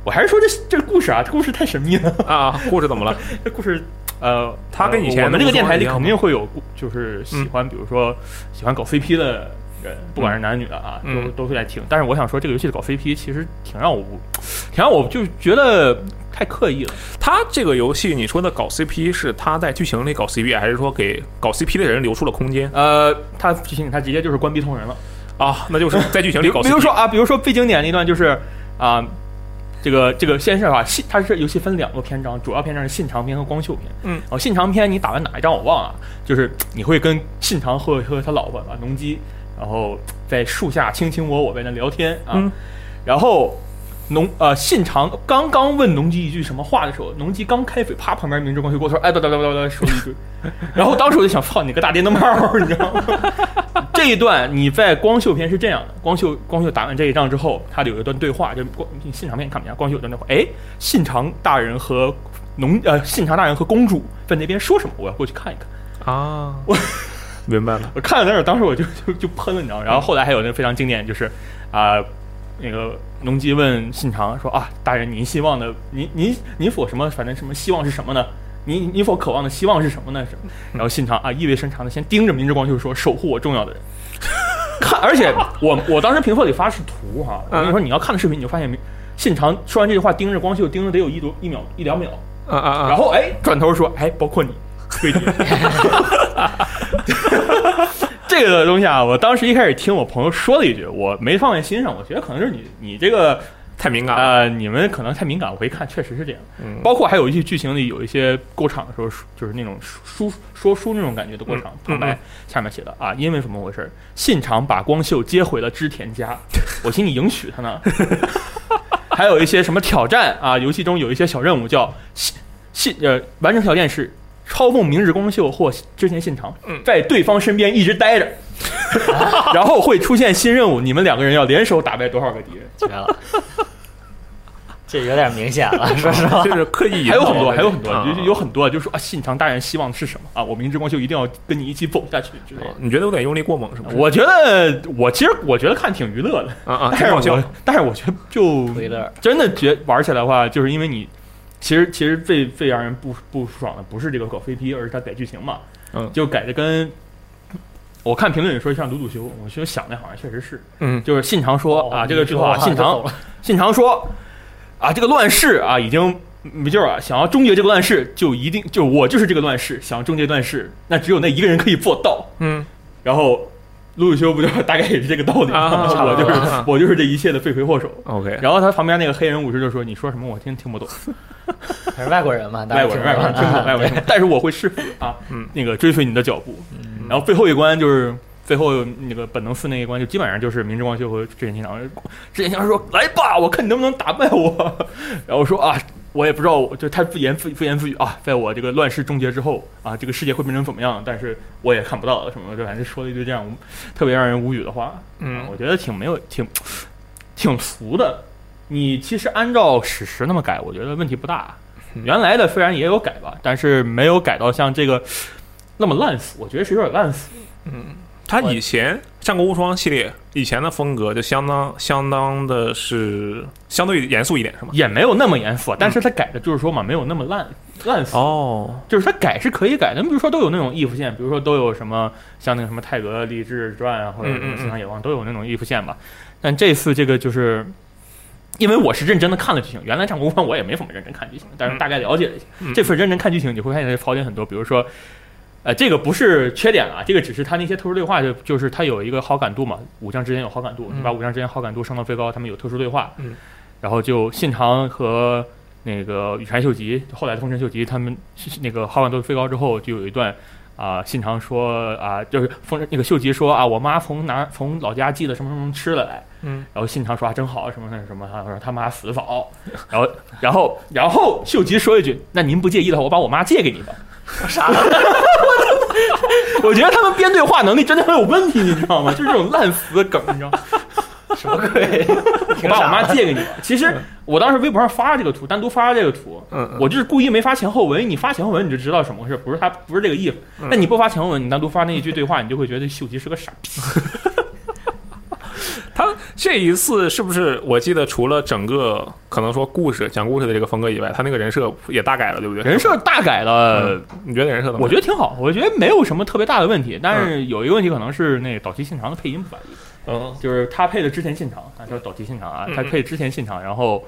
S3: 我还是说这这故事啊，这故事太神秘了。
S1: 啊，故事怎么了？
S3: 这故事，呃，
S1: 它跟以
S3: 呃
S1: 前
S3: 我
S1: 的
S3: 们这
S1: 无双
S3: 个电台里
S1: 一样
S3: 肯
S1: 吗
S3: 定会有故，就是喜欢，比如说喜欢搞 CP 的人，不管是男女的啊，
S1: 嗯
S3: 都都会来听。但是我想说，这个游戏的搞 CP 其实挺让我无，挺让我就是觉得太刻意了。
S1: 他这个游戏，你说的搞 CP 是他在剧情里搞 CP，还是说给搞 CP 的人留出了空间
S3: 呃，他提醒他直接就是关闭通人了。
S1: 啊？那
S3: <laughs>
S1: 就是在剧情里搞 CP。
S3: 比如说啊，比如说最经典的一段就是啊、这个这个先是啊，信它是游戏分两个篇章，主要篇章是信长篇和光秀篇。
S1: 嗯
S3: 然后信长篇你打完哪一章我忘了，就是你会跟信长和和他老婆啊农机，然后在树下卿卿我我在那聊天啊，
S1: 嗯
S3: 然后。农呃，信长刚刚问农机一句什么话的时候，农机刚开嘴，啪，旁边明治光秀过头，哎，哒哒哒哒哒，说了一堆，然后当时我就想，操你个大电灯泡儿，你知道吗？ <laughs> 这一段你在光秀篇是这样的，光秀光秀打完这一仗之后，他有一段对话，就是光信长篇你看不见，光秀有一段对话，哎，信长大人和农呃信长大人和公主在那边说什么？我要过去看一看。
S1: 啊，我 <laughs> 明白了。
S3: 我看了那儿，当时我就就就喷了，你知道吗？然后后来还有那个非常经典，就是啊、那个农机问信长说啊，大人您希望的，您您您所什么，反正什么希望是什么呢？您您所渴望的希望是什么呢？什么？然后信长啊，意味深长的先盯着明治光秀说，守护我重要的人。 <laughs> 看，而且我我当时评测里发是图哈、我跟你说你要看的视频，你就发现明信长说完这句话，盯着光秀盯着得有一多一秒一两秒，
S1: 啊啊啊！
S3: 然后 <laughs> 哎，转头说，哎，包括你，对你。 <laughs> 这个东西啊，我当时一开始听我朋友说了一句，我没放在心上，我觉得可能是你你这个
S1: 太敏感了。
S3: 呃，你们可能太敏感。我一看，确实是这样。
S1: 嗯
S3: 包括还有一些剧情里有一些过场的时候，就是那种书说书那种感觉的过场
S1: 嗯
S3: 旁白，下面写的啊，因为怎么回事？信长把光秀接回了织
S1: <laughs>
S3: 田家，我心里迎娶他呢。还有一些什么挑战啊，游戏中有一些小任务叫信信呃，完成条件是抄梦明日光秀或织田信长
S1: 嗯，
S3: 在对方身边一直待着。
S1: <laughs>
S3: 然后会出现新任务，你们两个人要联手打败多少个敌人？
S4: 绝 <laughs> 了，这有点明显了，说实 <laughs> 话。
S1: 这是刻意引
S3: 还有
S1: 导的
S3: 很多，还有很多，
S1: 啊
S3: 就是有很多，就是说啊，信长大人希望是什么啊？我明之光秀一定要跟你一起走下去之类的。
S1: 嗯你觉得有点用力过猛是不是？
S3: 我觉得，我其实我觉得看挺娱乐的，
S1: 啊嗯啊，挺
S3: <laughs> 但
S1: 搞
S3: 是
S1: 笑
S3: 我但是我觉得就
S4: 图一乐
S3: 真的觉玩起来的话，就是因为你其实其实最最让人不不爽的不是这个搞 CP，而是他改剧情嘛，
S1: 嗯
S3: 就改的跟我看评论里说像鲁鲁修，我其实想的好像确实是，
S1: 嗯
S3: 就是信长说、
S4: 哦
S3: 啊，这个
S4: 你
S3: 句
S4: 说
S3: 话
S4: 话
S3: 信
S4: 就
S3: 长
S4: 懂了
S3: 信长说：“啊，这个乱世啊，已经没救啊了。想要终结这个乱世，就一定就我就是这个乱世。想终结乱世，那只有那一个人可以做到。
S1: 嗯，”
S3: 然后陆修不就 <laughs> 大概也是这个道理吗？
S1: 啊
S3: <laughs> 我就是、
S1: 啊啊
S3: 我就是这一切的罪魁祸首。
S1: ，OK，
S3: 然后他旁边那个黑人武士就说：“你说什么？我听听不懂。
S4: 还是外国人嘛，当
S3: 外
S4: 然
S3: 国人，
S4: 听不懂
S3: 外国人，听不懂，
S4: 啊
S3: 外国人。但是我会师傅啊，
S1: 嗯
S3: 那个追随你的脚步。然后最后一关就是最后那个本能寺那一关，就基本上就是明治光 <laughs> 秀和织田信长。织田信长说：“来吧，我看你能不能打败我。”然后说：“啊，我也不知道，我就他不言不不言不语啊，在我这个乱世终结之后啊，这个世界会变成怎么样？但是我也看不到什么，就反正说了一堆这样特别让人无语的话。
S1: 嗯
S3: 啊我觉得挺没有挺挺俗的。你其实按照史实那么改，我觉得问题不大。
S1: 嗯
S3: 原来的虽然也有改吧，但是没有改到像这个那么烂死，我觉得是有点烂死。
S1: 嗯他以前《战国无双》系列以前的风格就相当相当的是相对严肃一点，是吗？
S3: 也没有那么严肃，但是他改的就是说嘛，没有那么烂烂死。
S1: 哦，
S3: 就是它改是可以改的，比如说都有那种 if 线，比如说都有什么像那个什么泰格励志传啊，或者什么星海野望都有那种 if 线
S1: 嗯
S3: 吧。但这次这个就是，因为我是认真的看了剧情，原来战国无双我也没怎么认真看剧情，但是大概了解了一下。
S1: 嗯
S3: 这次认真看剧情，你会发现槽点很多，比如说。呃，这个不是缺点啊，这个只是他那些特殊对话，就就是他有一个好感度嘛，武将之间有好感度，你把武将之间好感度升到最高，他们有特殊对话，
S1: 嗯
S3: 然后就信长和那个羽柴秀吉，后来的丰臣秀吉，他们是那个好感度飞高之后，就有一段啊、信长说啊、就是丰臣那个秀吉说啊，我妈从哪从老家寄的什么什么吃的来，
S1: 嗯，
S3: 然后信长说啊，真好，什么什么什么，他说他妈死得早，然后然后然后秀吉说一句，那您不介意的话，我把我妈借给你吧。啥？我觉得他们编对话能力真的很有问题，你知道吗？就是这种烂死的梗，你知道吗？
S4: 什么鬼？
S3: 我
S4: 挺
S3: <laughs> 把我
S4: 傻
S3: 妈借给嗯你。其实我当时微博上发这个图，单独发这个图，
S1: 嗯嗯
S3: 我就是故意没发前后文。你发前后文你就知道什么回事，不是他不是这个意思。
S1: 嗯
S3: 那你不发前后文，你单独发那一句对话，你就会觉得秀吉是个傻逼。
S1: 他这一次是不是我记得除了整个可能说故事讲故事的这个风格以外，他那个人设也大改了，对不对？呃
S3: 人设大改了，
S1: 你觉得人设怎么样？
S3: 嗯我觉得挺好，我觉得没有什么特别大的问题。但是有一个问题可能是那个岛崎信长的配音不满意，
S1: 嗯
S3: 就是他配的织田信长啊，叫岛崎信长啊
S1: 嗯，嗯
S3: 他配织田信长，然后。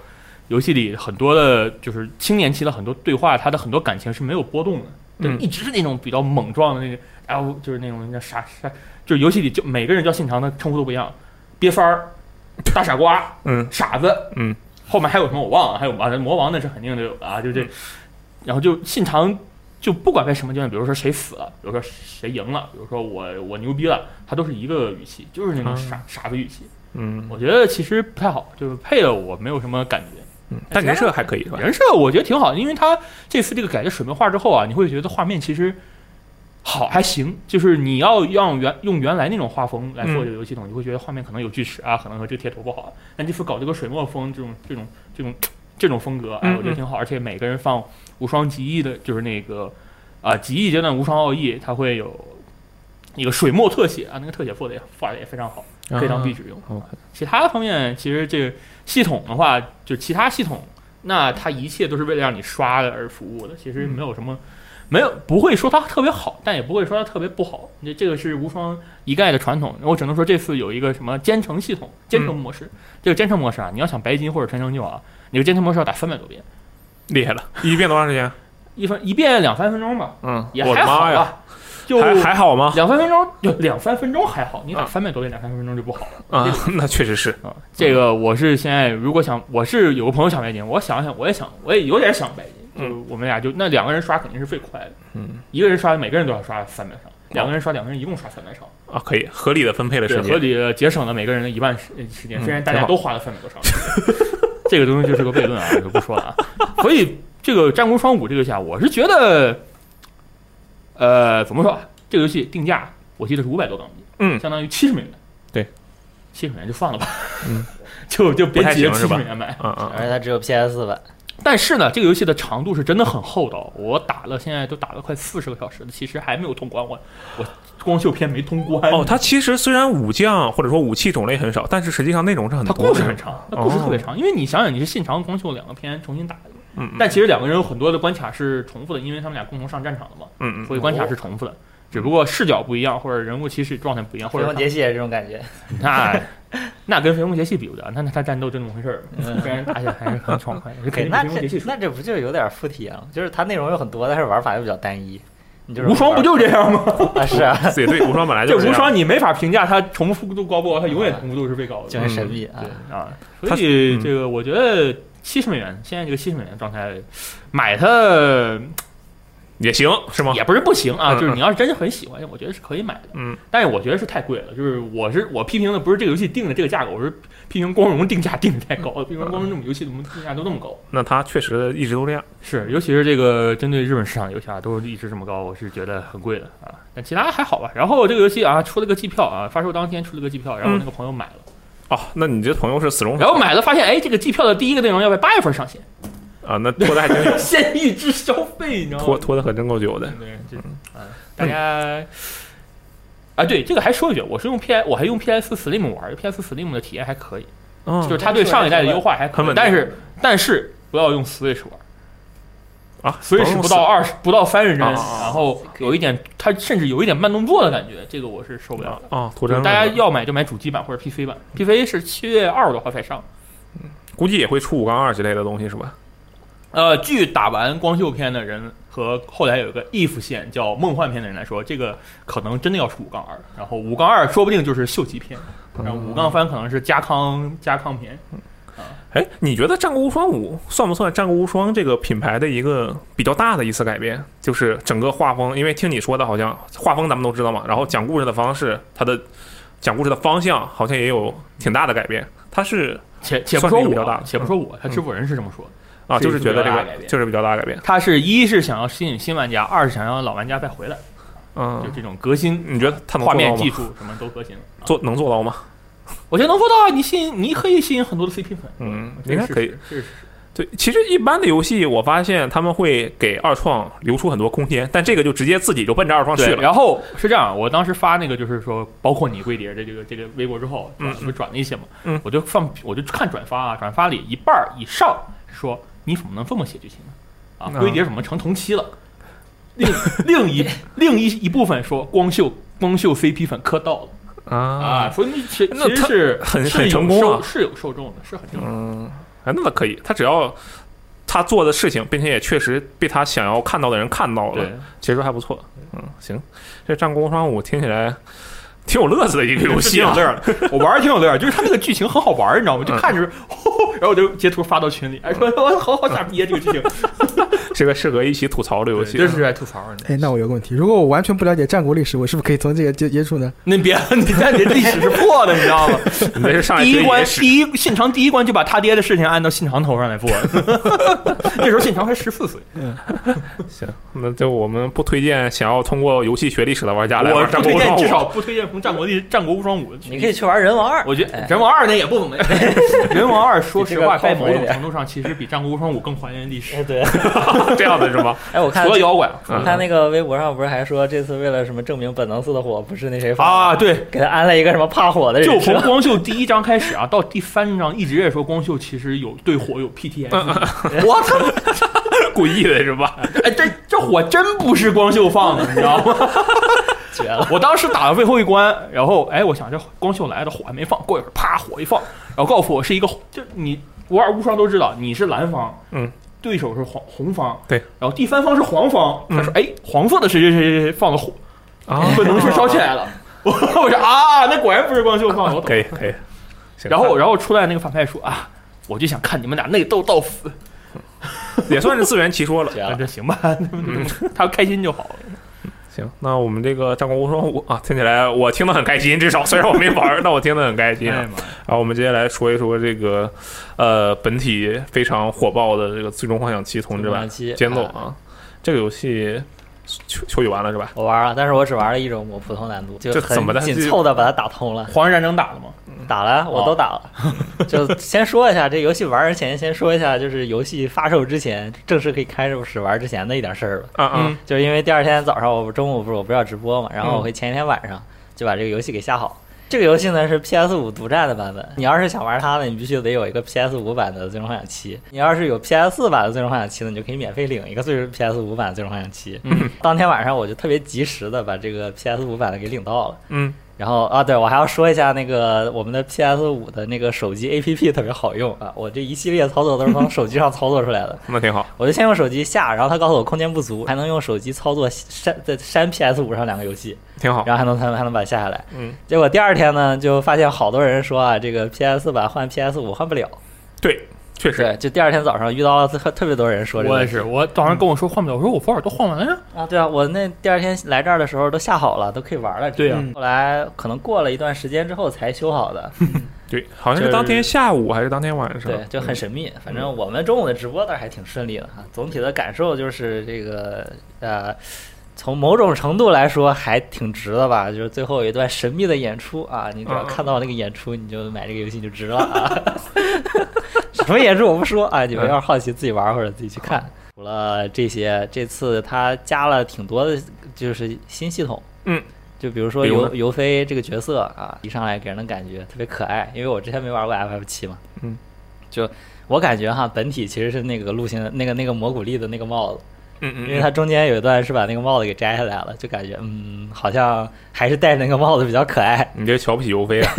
S3: 游戏里很多的，就是青年期的很多对话，他的很多感情是没有波动的，对，
S1: 嗯
S3: 一直是那种比较莽撞的那种，然后就是那种人家傻傻，就是游戏里就每个人叫信长的称呼都不一样，憋番儿、大傻瓜、
S1: 嗯
S3: 傻子，
S1: 嗯，
S3: 后面还有什么我忘了，还有啊魔王那是肯定的有的啊，就这，然后就信长就不管在什么阶段，比如说谁死了，比如说谁赢了，比如说我我牛逼了，他都是一个语气，就是那种傻、傻子语气，
S1: 嗯
S3: 我觉得其实不太好，就是配的我没有什么感觉。
S1: 嗯，但人设还可以是吧？
S3: 人设我觉得挺好的，因为他这次这个改的水墨画之后啊，你会觉得画面其实好还行，就是你要让原用原来那种画风来做这个游戏系统，你会觉得画面可能有锯齿啊，可能和这个贴图不好。但这次搞这个水墨风这种 <laughs> 这种这种这种风格，哎
S1: 嗯，嗯
S3: 我觉得挺好，而且每个人放无双极意的，就是那个啊极意阶段无双奥义，它会有。一个水墨特写啊，那个特写做的也画的也非常好，可以当壁纸用。
S1: OK
S3: 其他方面，其实这个系统的话，就其他系统，那它一切都是为了让你刷的而服务的，其实
S1: 嗯
S3: 没有什么，没有不会说它特别好，但也不会说它特别不好。这这个是无双一概的传统。我只能说这次有一个什么兼程系统、兼
S1: 嗯
S3: 程模式。这个兼程模式啊，你要想白金或者传承就啊，你这个兼程模式要打三百多遍，
S1: 厉害了，一遍多长时间？
S3: 一分一遍两三分钟吧，
S1: 嗯，
S3: 也
S1: 我
S3: 还
S1: 的
S3: 好
S1: 妈呀，
S3: 吧，就
S1: 还还好吗？
S3: 两三分钟，就两三分钟还好，你打
S1: 啊
S3: 三百多遍，两三分钟就不好了。
S1: 啊， <laughs> 那确实是，
S3: 啊，这个我是现在如果想，我是有个朋友想白金，我想想，我也想，我也有点想白金，就
S1: 嗯
S3: 我们俩就那两个人刷肯定是最快的，
S1: 嗯哦
S3: 一个人刷每个人都要刷三百场，两个人刷两个人一共刷三百场，
S1: 啊，可以合理的分配了
S3: 对，
S1: 时
S3: 合
S1: 间。
S3: 理地节省了每个人的一半时呃时间，
S1: 嗯
S3: 虽然大
S1: 挺
S3: 家
S1: 好
S3: 都花了三百多场， <laughs> 这个东西就是个悖论啊，我就不说了啊。所以这个《战国双五》这个游戏啊，我是觉得，呃，怎么说啊？这个游戏定价我记得是五百多港币，
S1: 嗯
S3: 相当于七十美元，
S1: 对，
S3: 七十美元就算了吧，
S1: 嗯，
S3: 就就
S1: 不
S3: 别
S1: 太
S3: 急着
S1: 行
S3: 七
S1: 是
S3: 十
S1: 吧
S3: 美元买。
S1: 嗯嗯
S4: 而且它只有 PS 版，
S3: 但是呢，这个游戏的长度是真的很厚道，我打了现在都打了快四十个小时了，其实还没有通关，我我光秀篇没通关。
S1: 哦，它其实虽然武将或者说武器种类很少，但是实际上内容是很
S3: 它
S1: 多的。
S3: 故事很长，它故事特别
S1: 哦
S3: 长，因为你想想，你是信长光秀两个篇重新打的，
S1: 嗯，嗯
S3: 但其实两个人有很多的关卡是重复的，因为他们俩共同上战场了嘛，
S1: 嗯
S3: 所以关卡是重复的，只不过视角不一样，或者人物起始状态不一样， <laughs> 或
S4: 飞
S3: 者
S4: 凤
S3: 他
S4: 杰系也是这种感觉。
S3: 那那跟《飞龙杰系》比不了，那那他战斗真那么回事儿，虽然打起来还是很
S4: <laughs>
S3: 爽快的，是
S4: 对，
S3: 肯定
S4: 哎那
S3: 比《飞龙杰系
S4: 这》
S3: 爽。
S4: 那这不就有点附体了？就是它内容有很多，但是玩法又比较单一。你就是
S3: 无双不
S4: 玩
S3: 就这样吗？ <laughs>
S4: 啊？是啊，
S1: 嗯，也对，无双本来
S3: 这
S1: 就是
S3: 无
S1: 样
S3: 双你没法评价它重复度高不高，它永远重复度是最高的。
S4: 就很神秘啊。
S3: 对啊，
S1: 它
S3: 所以
S1: 嗯
S3: 这个我觉得七十美元，现在这个七十美元状态，买它
S1: 也行是吗？
S3: 也不是不行啊，
S1: 嗯
S3: 就是你要是真的很喜欢，我觉得是可以买的。
S1: 嗯，
S3: 但是我觉得是太贵了，就是我是我批评的不是这个游戏定的这个价格，我是批评光荣定价定的太高了，批评光荣这种游戏怎么定价都那么高？
S1: 那它确实一直都这样。
S3: 是，尤其是这个针对日本市场的游戏啊，都是一直这么高，我是觉得很贵的啊。但其他还好吧。然后这个游戏啊，出了个季票啊，发售当天出了个季票，然后我那个朋友买了，
S1: 哦，那你这朋友是死忠粉
S3: 然后买了发现，哎，这个季票的第一个内容要在八月份上 <laughs> 线，
S1: 啊？那拖的还
S3: <laughs>
S1: 真
S3: 先预支消费，你知道吗？
S1: 拖拖的可真够久的。
S3: 对，这啊，大家啊，对这个还说一句，我是用 P I，我还用 P S Slim 玩，P S Slim 的体验还可以，
S1: 嗯
S3: 就是它对上一代的优化还可
S1: 很
S3: 以
S1: 稳，定
S3: 但是但是不要用 Switch 玩
S1: 啊，
S3: ，Switch 不到二十不到三十帧，
S1: 啊啊啊
S3: 然后有一点它甚至有一点慢动作的感觉，这个我是受不了的。
S1: 啊，拖
S3: 就
S1: 真
S3: 是大家要买就买主机版或者 PC 版，PC 是七月二十多号才上。
S1: 估计也会出五杠二之类的东西是吧？
S3: 呃，据打完光秀篇的人和后来有一个 if 线叫梦幻篇的人来说，这个可能真的要出五杠二，然后五杠二说不定就是秀吉篇，
S1: 嗯
S3: 然后五杠番可能是加康加康篇。
S1: 哎，你觉得《战国无双五》算不算《战国无双》这个品牌的一个比较大的一次改变？就是整个画风，因为听你说的，好像画风咱们都知道嘛，然后讲故事的方式，它的讲故事的方向好像也有挺大的改变。它是
S3: 且且不说
S1: 算是比较
S3: 我
S1: 大嗯
S3: 啊，
S1: 的
S3: 且不说我，他制作人是这么说的，
S1: 啊，
S3: 是
S1: 就是觉得
S3: 比
S1: 这
S3: 较大的改
S1: 个
S3: 变
S1: 就是比较大的改变。
S3: 他是一是想要吸引新玩家，二是想要老玩家再回来，就
S1: 嗯，
S3: 这种革新，
S1: 你觉得它能
S3: 画
S1: 做到
S3: 面技
S1: 吗？
S3: 术什么都革新了。啊
S1: 做能做到吗？
S3: 我觉得能做到啊，你吸引你可以吸引很多的 CP 粉，
S1: 嗯
S3: 我，觉
S1: 应
S3: 得
S1: 该
S3: 是
S1: 可以。，
S3: 是是
S1: 对，其实一般的游戏，我发现他们会给二创留出很多空间，但这个就直接自己就奔着二创去
S3: 对，
S1: 了。
S3: 然后是这样，我当时发那个就是说，包括你龟蝶的这个这个微博之后，
S1: 嗯
S3: 不是转了一些嘛，
S1: 嗯
S3: 我就放我就看转发啊，转发里一半儿以上说你怎么能这么写剧情呢？啊，
S1: 嗯
S3: 龟蝶怎么成同期了？另另一另一一部分说光秀光秀 CP 粉磕到了啊，
S1: 啊，
S3: 说你其
S1: 那
S3: 其实
S1: 他
S3: 是
S1: 很
S3: 是
S1: 很
S3: 有
S1: 成功
S3: 受
S1: 啊
S3: 是有受众的，是很正常的。
S1: 嗯，哎，那可以，他只要他做的事情，并且也确实被他想要看到的人看到了
S3: 对，，
S1: 其实还不错。嗯，行，这《战国无双五》听起来挺有乐子的一个游戏啊嗯
S3: 挺有。乐儿的，我玩儿挺有乐儿，就是他那个剧情很好玩儿，你知道吗？就 <laughs> 看着，吼然后我就截图发到群里，哎，说我好好傻逼啊，这个剧情，
S1: 这个适合一起吐槽的游戏。啊
S3: 真是爱吐槽呢。
S2: 哎，那我有个问题，如果我完全不了解战国历史，我是不是可以从这个接接触呢？
S3: <laughs> 那别，你看你历史是破的，你知道吗？
S1: <laughs> 你这是上来
S3: 第一
S1: 学
S3: 关
S1: 野，史
S3: 第一信长第一关就把他爹的事情按到信长头上来做， <laughs> 那时候信长才十四岁，
S1: 行，那就我们不推荐想要通过游戏学历史的玩家来
S3: 我
S1: 玩《
S3: 不
S1: 战国
S3: 推
S1: 无双五
S3: 荐，至》。少不推荐从战国历战国无双五。
S4: 你可以去玩人王二，
S3: 我觉得
S4: 哎
S3: 《人王二》那也不怎
S4: <laughs>
S3: 么样，《人王二》说实话，
S4: 比这个
S3: 在
S4: 靠谱
S3: 某
S4: 一点
S3: 种程度上，其实比《战国无双五》更还原历史，
S4: 哎对，
S1: 这样的是
S3: <laughs>
S1: 吗？
S4: 哎，我看
S3: 除了摇滚
S1: 嗯
S4: 我看那个微博上不是还说这次为了什么证明本能寺的火不是那谁发
S3: 啊，
S4: 的，
S3: 对，
S4: 给他安了一个什么怕火的
S3: 就
S4: 人
S3: 从
S4: 设，
S3: 光秀第一章开始啊，到第三章一直在说光秀其实有对火有
S1: 嗯
S3: PTSD。我操！
S1: 故意的是吧？
S3: <laughs> 哎，这这火真不是光秀放的，你知道吗？
S4: <laughs> 绝了！
S3: 我当时打到最后一关，然后哎，我想这光秀来的火还没放，过一会儿啪火一放，然后告诉我是一个就你玩无双都知道你是蓝方，
S1: 嗯。
S3: 对手是黄红方，
S1: 对，嗯
S3: 然后第三方是黄方。他说：“哎，黄色的谁谁谁谁谁放的火，
S1: 啊
S3: 本能是烧起
S1: <laughs>
S3: 来了。”我我说啊，那果然不是光秀放的，我懂了
S1: 可以可以。行
S3: 然后，然后出来那个反派说啊，我就想看你们俩内斗到死，
S1: 也算是自圆其说了。
S4: 绝
S3: 那
S4: 了！
S3: 这行啊吧，
S1: 嗯
S3: 他开心就好了。
S1: 行，那我们这个《战国无双五》啊，听起来我听得很开心，至少虽然我没玩儿，但 <laughs> 我听得很开心啊。
S3: 哎呀妈呀
S1: 然后我们接下来说一说这个，呃，本体非常火爆的这个《最终幻想七》同志版
S4: 最终幻想七哎
S1: 节奏啊，这个游戏秋秋雨完了是吧？
S4: 我玩了，但是我只玩了一种我普通难度，就
S1: 这
S4: 很
S1: 怎么的
S4: 紧凑的把它打通了，
S3: 黄热战争打了吗？
S4: 打了我都打了。 <laughs> 就先说一下这游戏玩之前，先说一下就是游戏发售之前，正式可以开始玩之前的一点事儿吧。
S1: 啊啊
S3: 嗯，
S4: 就是因为第二天早上，我不中午不是我不是要直播嘛，然后我会前一天晚上就把这个游戏给下好。这个游戏呢是 PS 五独占的版本，你要是想玩它呢，你必须得有一个 PS 五版的《最终幻想七》。你要是有 PS 四版的《最终幻想七》呢，你就可以免费领一个最 PS 五版的《最终幻想七》。
S3: 嗯，
S4: <laughs> 当天晚上我就特别及时的把这个 PS 五版的给领到了。
S1: 嗯
S4: 然后啊，对我还要说一下那个我们的 PS 五的那个手机 APP 特别好用啊，我这一系列操作都是从手机上操作出来的。
S1: 那挺好。
S4: 我就先用手机下，然后他告诉我空间不足，还能用手机操作删在删 PS 五上两个游戏，
S1: 挺好，
S4: 然后还能才还能把它下下来。
S1: 嗯，
S4: 结果第二天呢，就发现好多人说啊，这个 PS 版换 PS 五换不了，
S1: 对，确实
S4: 对，就第二天早上遇到了特特别多人说这个
S3: 我也
S4: 问题。
S3: 是，我早上跟我说换不了，我说我佛尔都换完了呀。
S4: 啊，对啊，我那第二天来这儿的时候都下好了，都可以玩了。
S3: 对啊呀
S4: 后来可能过了一段时间之后才修好的，
S1: 对，好像
S4: 就是是
S1: 当天下午还是当天晚上？
S4: 对，就很
S1: 嗯
S4: 神秘。反正我们中午的直播倒是还挺顺利的哈。总体的感受就是这个呃，从某种程度来说还挺值的吧。就是最后有一段神秘的演出啊，你只要
S1: 嗯嗯
S4: 看到那个演出，你就买这个游戏就值了啊。 <laughs> 什么演出我不说啊，你们
S1: 嗯
S4: 要是好奇自己玩或者自己去看。除了这些，这次它加了挺多的，就是新系统。
S1: 嗯。
S4: 就比如说
S1: 比如呢
S4: 尤尤菲这个角色啊，一上来给人的感觉特别可爱，因为我之前没玩过 FF 七嘛，
S1: 嗯，
S4: 就我感觉哈，本体其实是那个陆行那个那个蘑古力的那个帽子，
S1: 嗯嗯，
S4: 因为它中间有一段是把那个帽子给摘下来了，就感觉嗯，好像还是戴着那个帽子比较可爱。
S1: 你这瞧不起尤
S4: <laughs>
S1: 菲啊？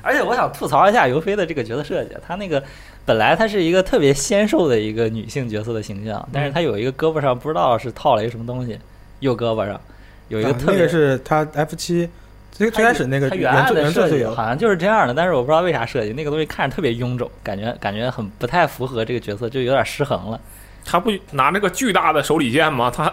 S4: 而且我想吐槽一下尤菲的这个角色设计，她那个本来她是一个特别纤瘦的一个女性角色的形象，但是她有一个胳膊上不知道是套了一个什么东西，右胳膊上有一个
S2: 啊
S4: 特
S2: 那
S4: 别、
S2: 个是他 F 七最最开始那个
S4: 它原
S2: 原
S4: 来
S2: 作
S4: 的
S2: 原作
S4: 设
S2: 是
S4: 计
S2: 有，
S4: 好像就是这样的，但是我不知道为啥设计那个东西看着特别臃肿，感觉感觉很不太符合这个角色，就有点失衡了。
S1: 他不拿那个巨大的手里剑吗？他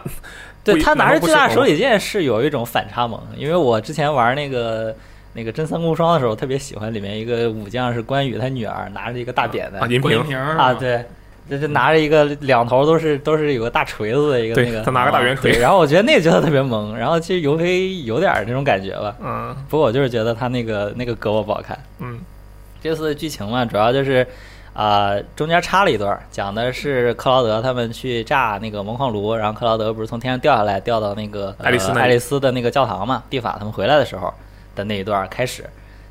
S4: 对
S1: 不
S4: 他拿
S1: 难
S4: 着
S1: 道不
S4: 巨
S1: 失
S4: 大
S1: 衡
S4: 手里剑是有一种反差萌，因为我之前玩那个那个真三国无双的时候，特别喜欢里面一个武将是关羽他女儿拿着一个大扁担
S1: 啊，银
S3: 郭
S1: 瓶
S3: 敬，明
S4: 啊，，对。这这拿着一个两头都是都是有个大锤子的一个
S1: 对
S4: 那个，啊
S1: 他拿个大圆锤
S4: 对然后我觉得那个角色特别萌，然后其实尤菲有点儿那种感觉吧，
S1: 嗯
S4: 不过我就是觉得他那个那个胳膊不好看。
S1: 嗯
S4: 这次的剧情嘛，主要就是啊、呃中间插了一段儿，讲的是克劳德他们去炸那个魔矿炉，然后克劳德不是从天上掉下来，掉到那个、呃
S1: 爱丽丝那里
S4: 爱丽丝的那个教堂嘛，蒂法他们回来的时候的那一段儿开始，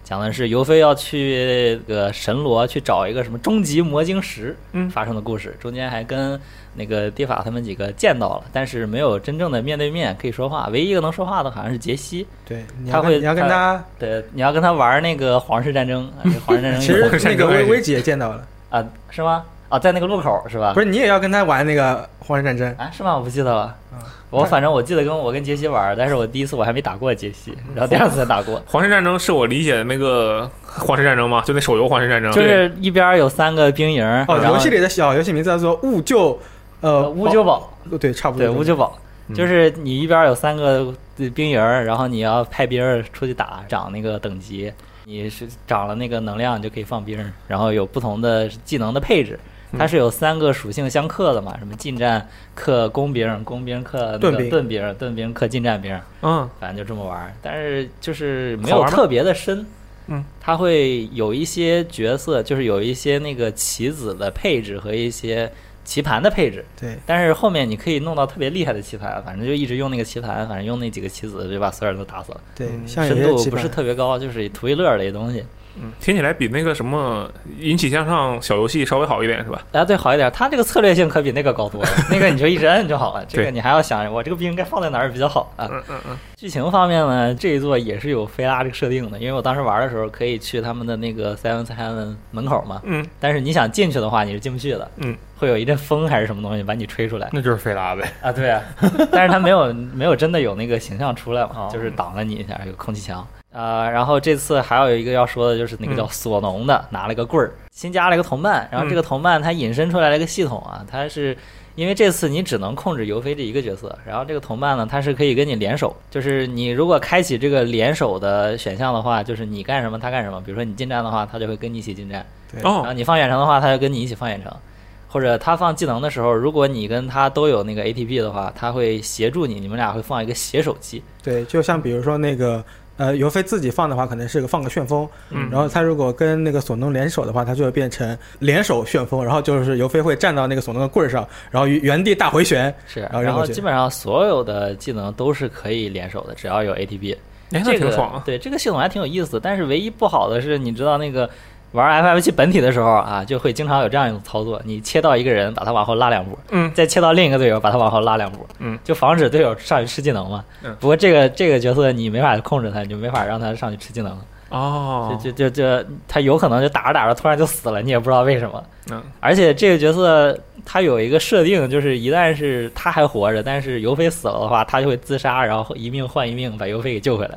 S4: 讲的是尤菲要去那个神罗去找一个什么终极魔晶石
S1: 嗯
S4: 发生的故事，中间还跟那个蒂法他们几个见到了，但是没有真正的面对面可以说话，唯一一个能说话的好像是杰西。
S2: 对，你
S4: 他
S2: 要跟
S4: 会
S2: 你要跟他，
S4: 对，你要跟他玩那个皇室
S2: <laughs>
S4: 战争，啊这个皇室战争
S2: 其
S4: 有
S2: 实
S1: 我是
S2: 那个
S1: 想
S2: 薇
S1: 说。
S2: 薇姐也见到了，
S4: 啊，是吗？啊，在那个路口是吧？
S2: 不是你也要跟他玩那个荒野战争，
S4: 啊，是吗？我不记得了。
S2: 嗯
S4: 我反正我记得跟我跟杰西玩儿，但是我第一次我还没打过杰西，然后第二次才打过
S1: 皇室战争是我理解的那个皇室战争吗？就那手游皇室战争，
S4: 就是一边儿有三个兵营，
S2: 哦，
S4: 然后
S2: 游戏里的小游戏名字叫做《物救》，呃，
S4: 呃乌鸠堡，
S2: 哦，对，差不多，
S4: 对乌鸠堡，
S1: 嗯
S4: 就是你一边儿有三个呃兵营，然后你要派兵儿出去打，涨那个等级，你是涨了那个能量你就可以放兵儿，然后有不同的技能的配置。它是有三个属性相克的嘛，什么近战克弓兵，弓兵克那个
S2: 盾兵
S4: 盾兵，盾兵克近战兵，
S1: 嗯
S4: 反正就这么玩儿，但是就是没
S1: 好
S4: 有
S1: 玩吗
S4: 特别的深。
S1: 嗯，
S4: 它会有一些角色，就是有一些那个棋子的配置和一些棋盘的配置，
S2: 对，
S4: 但是后面你可以弄到特别厉害的棋盘，反正就一直用那个棋盘，反正用那几个棋子就把所有人都打死了，
S2: 对
S1: 嗯，
S2: 像有
S4: 深
S2: 些
S4: 度
S2: 棋
S4: 不
S2: 盘
S4: 是特别高，就是图一乐儿的一东西。
S1: 嗯，听起来比那个什么引起向上小游戏稍微好一点是吧？
S4: 大家对好一点，它这个策略性可比那个高多了，那个你就一直摁就好了，这个
S1: 对
S4: 你还要想我这个兵应该放在哪儿比较好啊。
S1: 嗯嗯嗯，
S4: 剧情方面呢，这一座也是有菲拉这个设定的，因为我当时玩的时候可以去他们的那个 Seven Heaven 门口嘛，
S1: 嗯，
S4: 但是你想进去的话，你是进不去的，
S1: 嗯，
S4: 会有一阵风还是什么东西把你吹出来
S3: 那就是菲拉呗。
S4: 啊，对啊， <laughs> 但是它没有没有真的有那个形象出来嘛
S3: 哦，
S4: 就是挡了你一下，有空气墙。呃，然后这次还有一个要说的就是那个叫索农的、拿了个棍儿，新加了一个同伴，然后这个同伴它引申出来了一个系统啊，它是因为这次你只能控制尤菲这一个角色，然后这个同伴呢，它是可以跟你联手，就是你如果开启这个联手的选项的话，就是你干什么他干什么，比如说你近战的话，他就会跟你一起近战，然后
S1: 哦，
S4: 你放远程的话，他就跟你一起放远程，或者他放技能的时候，如果你跟他都有那个 ATP 的话，他会协助你，你们俩会放一个携手技。
S2: 对，就像比如说那个。呃，尤菲自己放的话，可能是个放个旋风，
S1: 嗯
S2: 然后他如果跟那个索农联手的话，他就会变成联手旋风，然后就是尤菲会站到那个索农的棍儿上，然后原地大回旋， <laughs>
S4: 是，
S2: 后
S4: 然
S2: 扔
S4: 后
S2: 过去
S4: 基本上所有的技能都是可以联手的，只要有
S1: 哎，
S4: ATP。
S1: 那
S4: 这
S1: 挺
S4: 个
S1: 爽啊。
S4: 对这个系统还挺有意思，但是唯一不好的是，你知道那个玩 FF 七本体的时候啊，就会经常有这样一种操作：你切到一个人，把他往后拉两步，
S1: 嗯
S4: 再切到另一个队友，把他往后拉两步，
S1: 嗯，
S4: 就防止队友上去吃技能嘛。
S1: 嗯
S4: 不过这个这个角色你没法控制他，你就没法让他上去吃技能。
S1: 哦，
S4: 就就就就他有可能就打着打着突然就死了，你也不知道为什么。
S1: 嗯，
S4: 而且这个角色他有一个设定，就是一旦是他还活着，但是尤菲死了的话，他就会自杀，然后一命换一命把尤菲给救回来。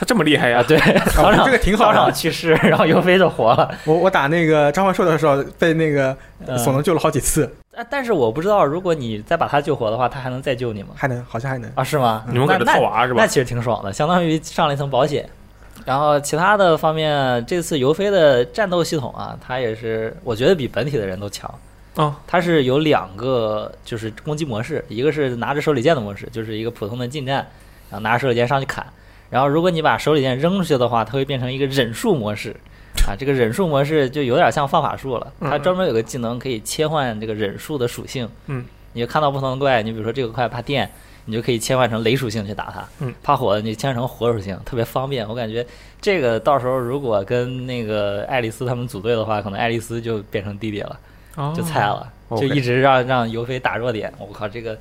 S1: 他这么厉害呀、<laughs>
S4: 啊，对，当场
S2: 这个挺好
S4: 当场
S2: 的。
S4: 去世，然后尤菲就活了。
S2: 我我打那个召唤兽的时候，被那个
S4: 嗯
S2: 索隆救了好几次，
S4: 但但是我不知道，如果你再把他救活的话，他还能再救你吗？
S2: 还能好像还能。
S4: 啊，是吗？
S1: 你们
S4: 那
S1: 给他套娃是吧
S4: 那？其实挺爽的，相当于上了一层保险。然后其他的方面，这次尤菲的战斗系统啊，它也是我觉得比本体的人都强。
S1: 嗯，
S4: 它是有两个就是攻击模式，一个是拿着手里剑的模式，就是一个普通的近战，然后拿着手里剑上去砍。然后如果你把手里剑扔出去的话，它会变成一个忍术模式。啊，这个忍术模式就有点像放法术了，它
S1: 嗯
S4: 专门有个技能可以切换这个忍术的属性。
S1: 嗯，
S4: 你就看到不同的怪，你比如说这个怪怕电，你就可以切换成雷属性去打它。
S1: 嗯，
S4: 怕火的你切换成火属性，特别方便。我感觉这个到时候如果跟那个爱丽丝他们组队的话，可能爱丽丝就变成弟弟了，
S1: 哦
S4: 就菜了，
S1: OK
S4: 就一直让让尤菲打弱点。我靠，这个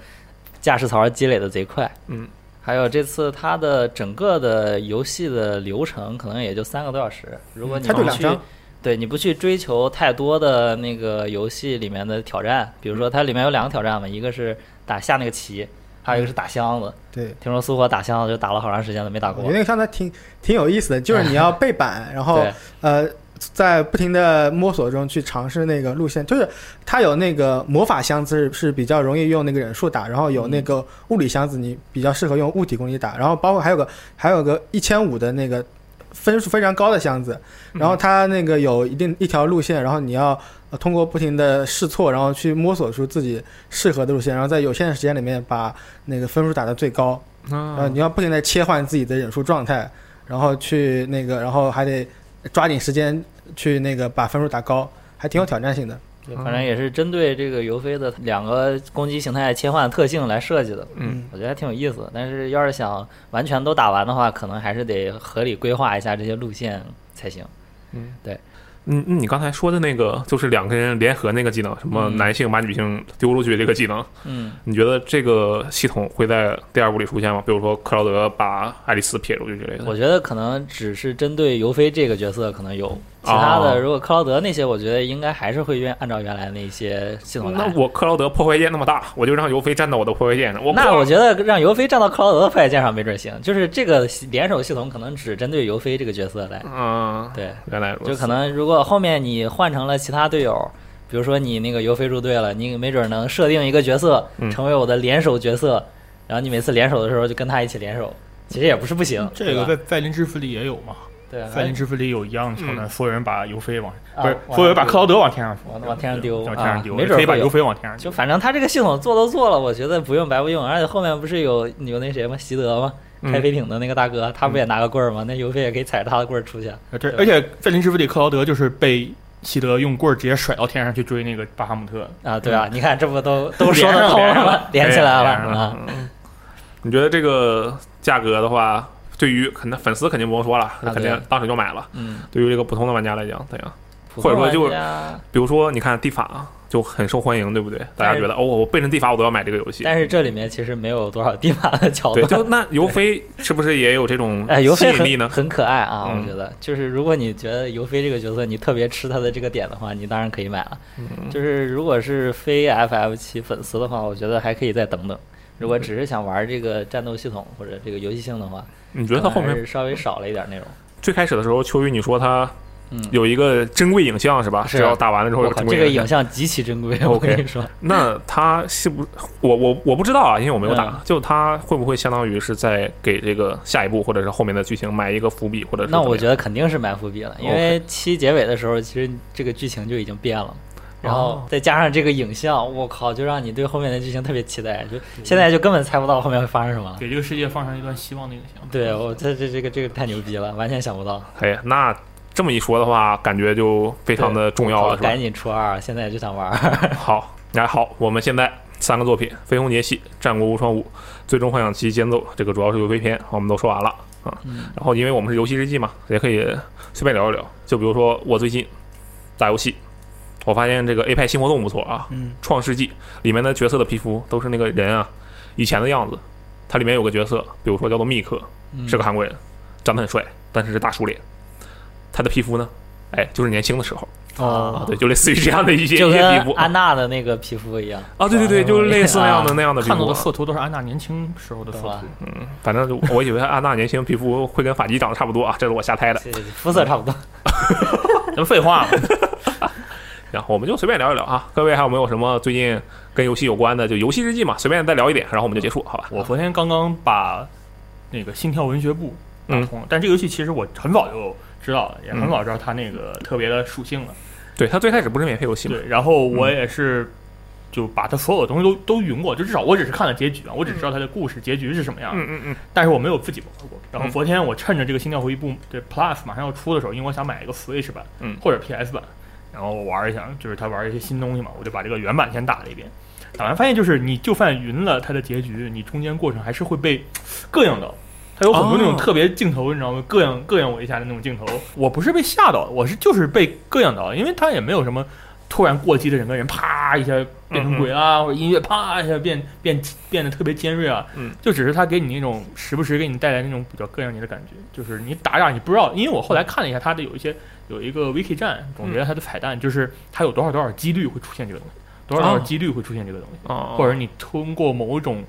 S4: 驾驶槽积累的贼快。
S1: 嗯，
S4: 还有这次它的整个的游戏的流程可能也就三个多小时，如果你
S2: 它就
S4: 不
S2: 两
S4: 去
S2: 张
S4: 对你不去追求太多的那个游戏里面的挑战，比如说它里面有两个挑战嘛，一个是打下那个棋，还有一个是打箱子。
S2: 对，
S4: 听说苏火打箱子就打了好长时间了，没打
S2: 我
S4: 过
S2: 觉得。那个上台挺挺有意思的，就是你要背板，然后
S4: 对，
S2: 呃，在不停的摸索中去尝试那个路线，就是它有那个魔法箱子是是比较容易用那个忍术打，然后有那个物理箱子你比较适合用物体攻击打，然后包括还有个还有个一千五的那个分数非常高的箱子，然后它那个有一定一条路线，然后你要。呃通过不停的试错，然后去摸索出自己适合的路线，然后在有限的时间里面把那个分数打到最高，呃，
S1: 啊
S2: 你要不停的切换自己的忍术状态，然后去那个，然后还得抓紧时间去那个把分数打高，还挺有挑战性的。
S4: 对
S1: 哦
S4: 反正也是针对这个尤菲的两个攻击形态切换特性来设计的。
S1: 嗯，
S4: 我觉得还挺有意思的。但是要是想完全都打完的话，可能还是得合理规划一下这些路线才行。
S1: 嗯，嗯你刚才说的那个就是两个人联合那个技能，什么
S4: 嗯
S1: 男性把女性丢出去这个技能，
S4: 嗯，
S1: 你觉得这个系统会在第二部里出现吗？比如说克劳德把爱丽丝撇出去之类的。
S4: 我觉得可能只是针对尤菲这个角色可能有，其他的
S1: 哦
S4: 如果克劳德那些，我觉得应该还是会愿按照原来那些系统来。
S1: 那我克劳德破坏键那么大，我就让尤菲站到我的破坏键上。我
S4: 那我
S1: 得
S4: 觉得让尤菲站到克劳德的派件上没准行，就是这个联手系统可能只针对尤菲这个角色来。
S1: 嗯，
S4: 对，
S1: 原来如此
S4: 就可能如果后面你换成了其他队友，比如说你那个尤菲入队了，你没准能设定一个角色
S1: 嗯
S4: 成为我的联手角色，然后你每次联手的时候就跟他一起联手，其实也不是不行。
S3: 嗯这个
S4: 啊对
S3: 在
S4: 吧
S3: 《赛林之服》里也有嘛，
S4: 对啊
S3: 《赛林之服》里有一样的桥段，所有人把尤菲往
S4: 啊
S3: 不是，
S4: 往
S3: 所有人
S4: 上丢
S3: 把克劳德往天上扶，
S4: 往往天上丢
S3: 往天上
S4: 啊
S3: 丢，
S4: 没
S3: 也
S4: 准
S3: 可以把
S4: 会有
S3: 尤菲往天上
S4: 就
S3: 丢。
S4: 反正他这个系统做都做了，我觉得不用白不用。而且后面不是有有那谁吗？习德吗？
S1: 嗯
S4: 开飞艇的那个大哥，他不也拿个棍儿吗？那尤菲也可以踩着他的棍儿出去。啊
S3: 对，
S4: 对
S3: 而且《赛林之服》里克劳德就是被希德用棍儿直接甩到天上去追那个巴哈姆特，
S4: 啊，对啊，你看这不都都说
S3: 连
S4: 得
S3: 上
S4: 通
S3: 连上
S4: 吗？连起来了
S3: 连上
S4: 啊！
S1: 哎嗯你觉得这个价格的话，对于肯定粉丝肯定不用说了，那肯定
S4: 对
S1: 当时就买了。
S4: 嗯，
S1: 对于这个普通的玩家来讲，怎样？
S4: 普
S1: 或者
S4: 通
S1: 说就
S4: 玩家
S1: 比如说，你看地法就很受欢迎，对不对？大
S4: 但
S1: 家
S4: 是
S1: 觉得哦，我背成地法我都要买这个游戏。
S4: 但是这里面其实没有多少地马的桥
S1: 对，
S4: 段。
S1: 就那尤菲是不是也有这种
S4: <laughs> 哎，尤
S1: 嗯吸
S4: 菲
S1: 引力
S4: 很
S1: 呢？
S4: 很可爱啊，
S1: 嗯
S4: 我觉得就是如果你觉得尤菲这个角色你特别吃她的这个点的话，你当然可以买了。
S1: 嗯
S4: 就是如果是非 FF 七粉丝的话，我觉得还可以再等等。如果只是想玩这个战斗系统或者这个游戏性的话，
S1: 你觉
S4: 觉
S1: 得它后面
S4: 是稍微少了一点内容。
S1: 最开始的时候，秋雨你说它
S4: 嗯
S1: 有一个珍贵影像是吧？
S4: 是
S1: 只要打完了之后有
S4: 我
S1: 个
S4: 靠，
S1: 珍
S4: 这
S1: 贵
S4: 个
S1: 像
S4: 影像极其珍贵，我跟你说，
S1: 那它是不？我我我不知道啊，因为我没有打
S4: 嗯。
S1: 就它会不会相当于是在给这个下一步或者是后面的剧情埋一个伏笔，或者是
S4: 那我觉
S1: 得
S4: 得肯定是埋伏笔了，因为七结尾的时候，其实这个剧情就已经变了。然
S1: 哦
S4: 后再加上这个影像，我靠，就让你对后面的剧情特别期待，就
S1: 嗯
S4: 现在就根本猜不到后面会发生什么了。
S3: 给这个世界放上一段希望的影 <laughs> 像。
S4: 对我这这这个这个太牛逼了，完全想不到，
S1: 哎，那这么一说的话，感觉就非常的重要
S4: 好
S1: 了，是吧
S4: 赶？紧出二，现在就想玩
S3: 啊
S4: 儿。
S1: 好，那好，我们现在三个作品《飞鸿杰系》《战国无双五》《最终幻想七间奏》，这个主要是游飞篇，我们都说完了啊。
S4: 嗯
S1: 然后因为我们是游戏日记嘛，也可以随便聊一聊。就比如说我最近打游戏，我发现这个 A 派新活动不错啊，
S2: 嗯，
S1: 创世纪》里面的角色的皮肤都是那个人啊以前的样子。它里面有个角色，比如说叫做密克，
S4: 嗯
S1: 是个韩国人，长得很帅，但是是大叔脸。他的皮肤呢，哎，就是年轻的时候，啊，对，就类似于这样的一些
S4: 哦就
S1: 一些
S4: 跟
S1: 皮肤
S4: 安娜的那个皮肤一样，
S1: 啊，对对对，就是类似那样的那样的皮
S3: 呃啊看到
S1: 肤
S3: 的。色图都是安娜年轻时候的色
S4: 懂吧
S3: 图，
S1: 嗯反正就我以为安娜年轻皮肤会跟法基长得差不多啊，这是我瞎猜的。
S4: 这肤色
S3: <laughs>
S4: 差不多。
S3: 咱们废话嘛，
S1: 然后我们就随便聊一聊啊，各位还有没有什么最近跟游戏有关的？就游戏日记嘛，随便再聊一点，然后我们就结束，好吧？
S3: 我昨天刚刚把那个《心跳文学部》打
S1: 嗯
S3: 通了，但这个游戏其实我很早就知道了，也很早知道它那个特别的属性了。
S1: 对，它最开始不是免费游戏嘛？
S3: 对，然后我也是就把它所有的东西都都云过，就至少我只是看了结局啊，我只知道它的故事结局是什么样的，
S1: 嗯嗯嗯，
S3: 但是我没有自己玩过。然后
S1: 嗯
S3: 昨天我趁着这个《心跳回忆部》对 Plus 马上要出的时候，因为我想买一个 Switch 版，
S1: 嗯
S3: 或者 PS 版，然后我玩一下，就是他玩一些新东西嘛，我就把这个原版先打了一遍。打完发现就是，你就算云了它的结局，你中间过程还是会被膈应到。它有很多那种
S1: 哦
S3: 特别镜头，你知道吗？膈应膈应我一下的那种镜头，我不是被吓到，我是就是被膈应到，因为它也没有什么突然过激的整个人啪一下变成鬼啊，或者音乐啪一下变变变得特别尖锐啊，
S1: 嗯
S3: 就只是它给你那种时不时给你带来那种比较膈应你的感觉，就是你打打你不知道，因为我后来看了一下它的有一些有一个 wiki 站，总
S1: 嗯
S3: 结了它的彩蛋，就是它有多少多少几率会出现这个东西，多少多少
S1: 哦
S3: 几率会出现这个东西，
S1: 哦，
S3: 或者你通过某种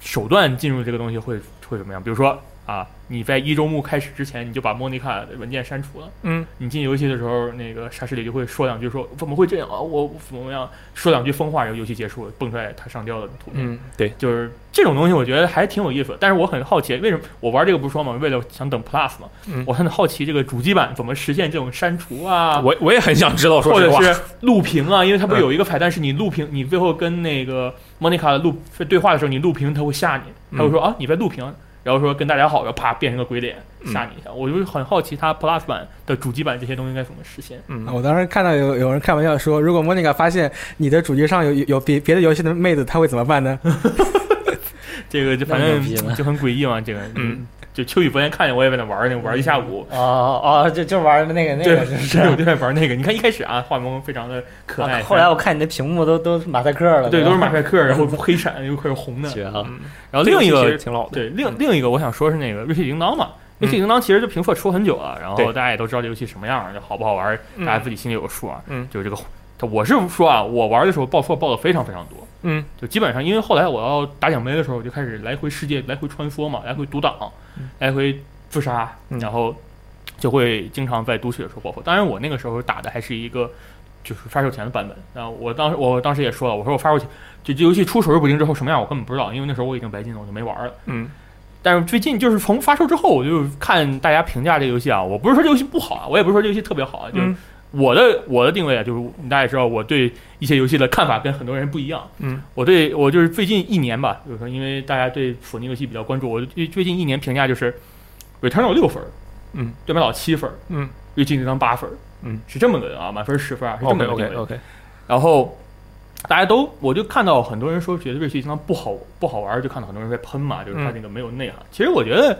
S3: 手段进入这个东西会会怎么样？比如说啊，你在一周目开始之前你就把莫妮卡的文件删除了。
S1: 嗯
S3: 你进游戏的时候，那个沙士里就会说两句说怎么会这样啊，我怎么样，说两句疯话，然后游戏结束了，蹦出来他上吊的图片，
S1: 嗯，对，
S3: 就是这种东西，我觉得还挺有意思的。但是我很好奇，为什么我玩这个不是说嘛，为了想等 Plus 嘛，
S1: 嗯
S3: 我很好奇这个主机版怎么实现这种删除啊，
S1: 我我也很想知道，说
S3: 或
S1: 实
S3: 者
S1: 话，
S3: 是录屏啊，因为它不是有一个彩蛋是你录屏，你最后跟那个莫妮卡录对话的时候，你录屏，他会吓
S1: 嗯
S3: 你，他会说、啊你在录屏，然后说跟大家好，然后啪变成个鬼脸
S1: 嗯
S3: 吓你一下。我就是很好奇，它 Plus 版的主机版这些东西该怎么实
S1: <laughs>
S3: 现。
S1: 嗯，
S2: 啊我当时看到有有人开玩笑说，如果莫妮卡发现你的主机上有有有别别的游戏的妹子，她会怎么办呢？
S3: 这个就反
S4: 那牛逼
S3: 正
S4: 了
S3: 就很诡异嘛，这个
S1: 嗯。
S3: 就秋雨昨天看见我也在那玩儿那玩儿一下午，
S4: 哦哦，就就玩那个那
S3: 对
S4: 个，就，是
S3: 对，我就在玩那个。你看一开始啊，画风非常的 <laughs> 可爱，
S4: 啊后来我看你的屏幕都都马赛克了，
S3: 对都是
S4: <laughs>
S3: 马
S4: 吧
S3: 赛克，然后黑闪又开始
S4: <laughs>
S3: 红的。
S4: 绝了。
S1: 嗯
S3: 然后另一
S1: 这游戏其
S3: 个
S1: 实挺老的，
S3: 对，另另一个我想说是那个《瑞士铃铛》嘛，《瑞士铃铛》其实这评测出很久了，然
S1: 嗯
S3: 后
S1: 对
S3: 大家也都知道这游戏什么样儿，就好不好玩儿，
S1: 嗯
S3: 大家自己心里有数啊。
S1: 嗯
S3: 就这个，它我是说啊，我玩的时候报错报的非常非常多，
S1: 嗯，
S3: 就基本上因为后来我要打奖杯的时候，我就开始来回世界来回穿梭嘛，来回独挡，来回自杀，
S1: 嗯
S3: 然后就会经常在读取的时候爆破。当然，我那个时候打的还是一个就是发售前的版本。然后我当时我当时也说了，我说我发售前就这游戏出手势不定之后什么样，我根本不知道，因为那时候我已经白金了，我就没玩了。
S1: 嗯
S3: 但是最近就是从发售之后，我就看大家评价这个游戏啊，我不是说这游戏不好啊，我也不是说这游戏特别好啊，就是
S1: 嗯
S3: 我的我的定位啊，就是大家也知道我对一些游戏的看法跟很多人不一样。
S1: 嗯，
S3: 我对我就是最近一年吧，就是说因为大家对索尼游戏比较关注，我最最近一年评价就是《Returnal》六分儿，
S1: 嗯，
S3: 对面岛七分儿，
S1: 嗯，
S3: 《进这张八分儿，
S1: 嗯，
S3: 是这么个啊，满分十分啊，是这么
S1: ，OK
S3: 个定位。
S1: OK OK，
S3: 然后大家都，我就看到很多人说觉得瑞奇经常不好不好玩儿，就看到很多人在喷嘛，就是它
S1: 嗯
S3: 这个没有内涵。其实我觉得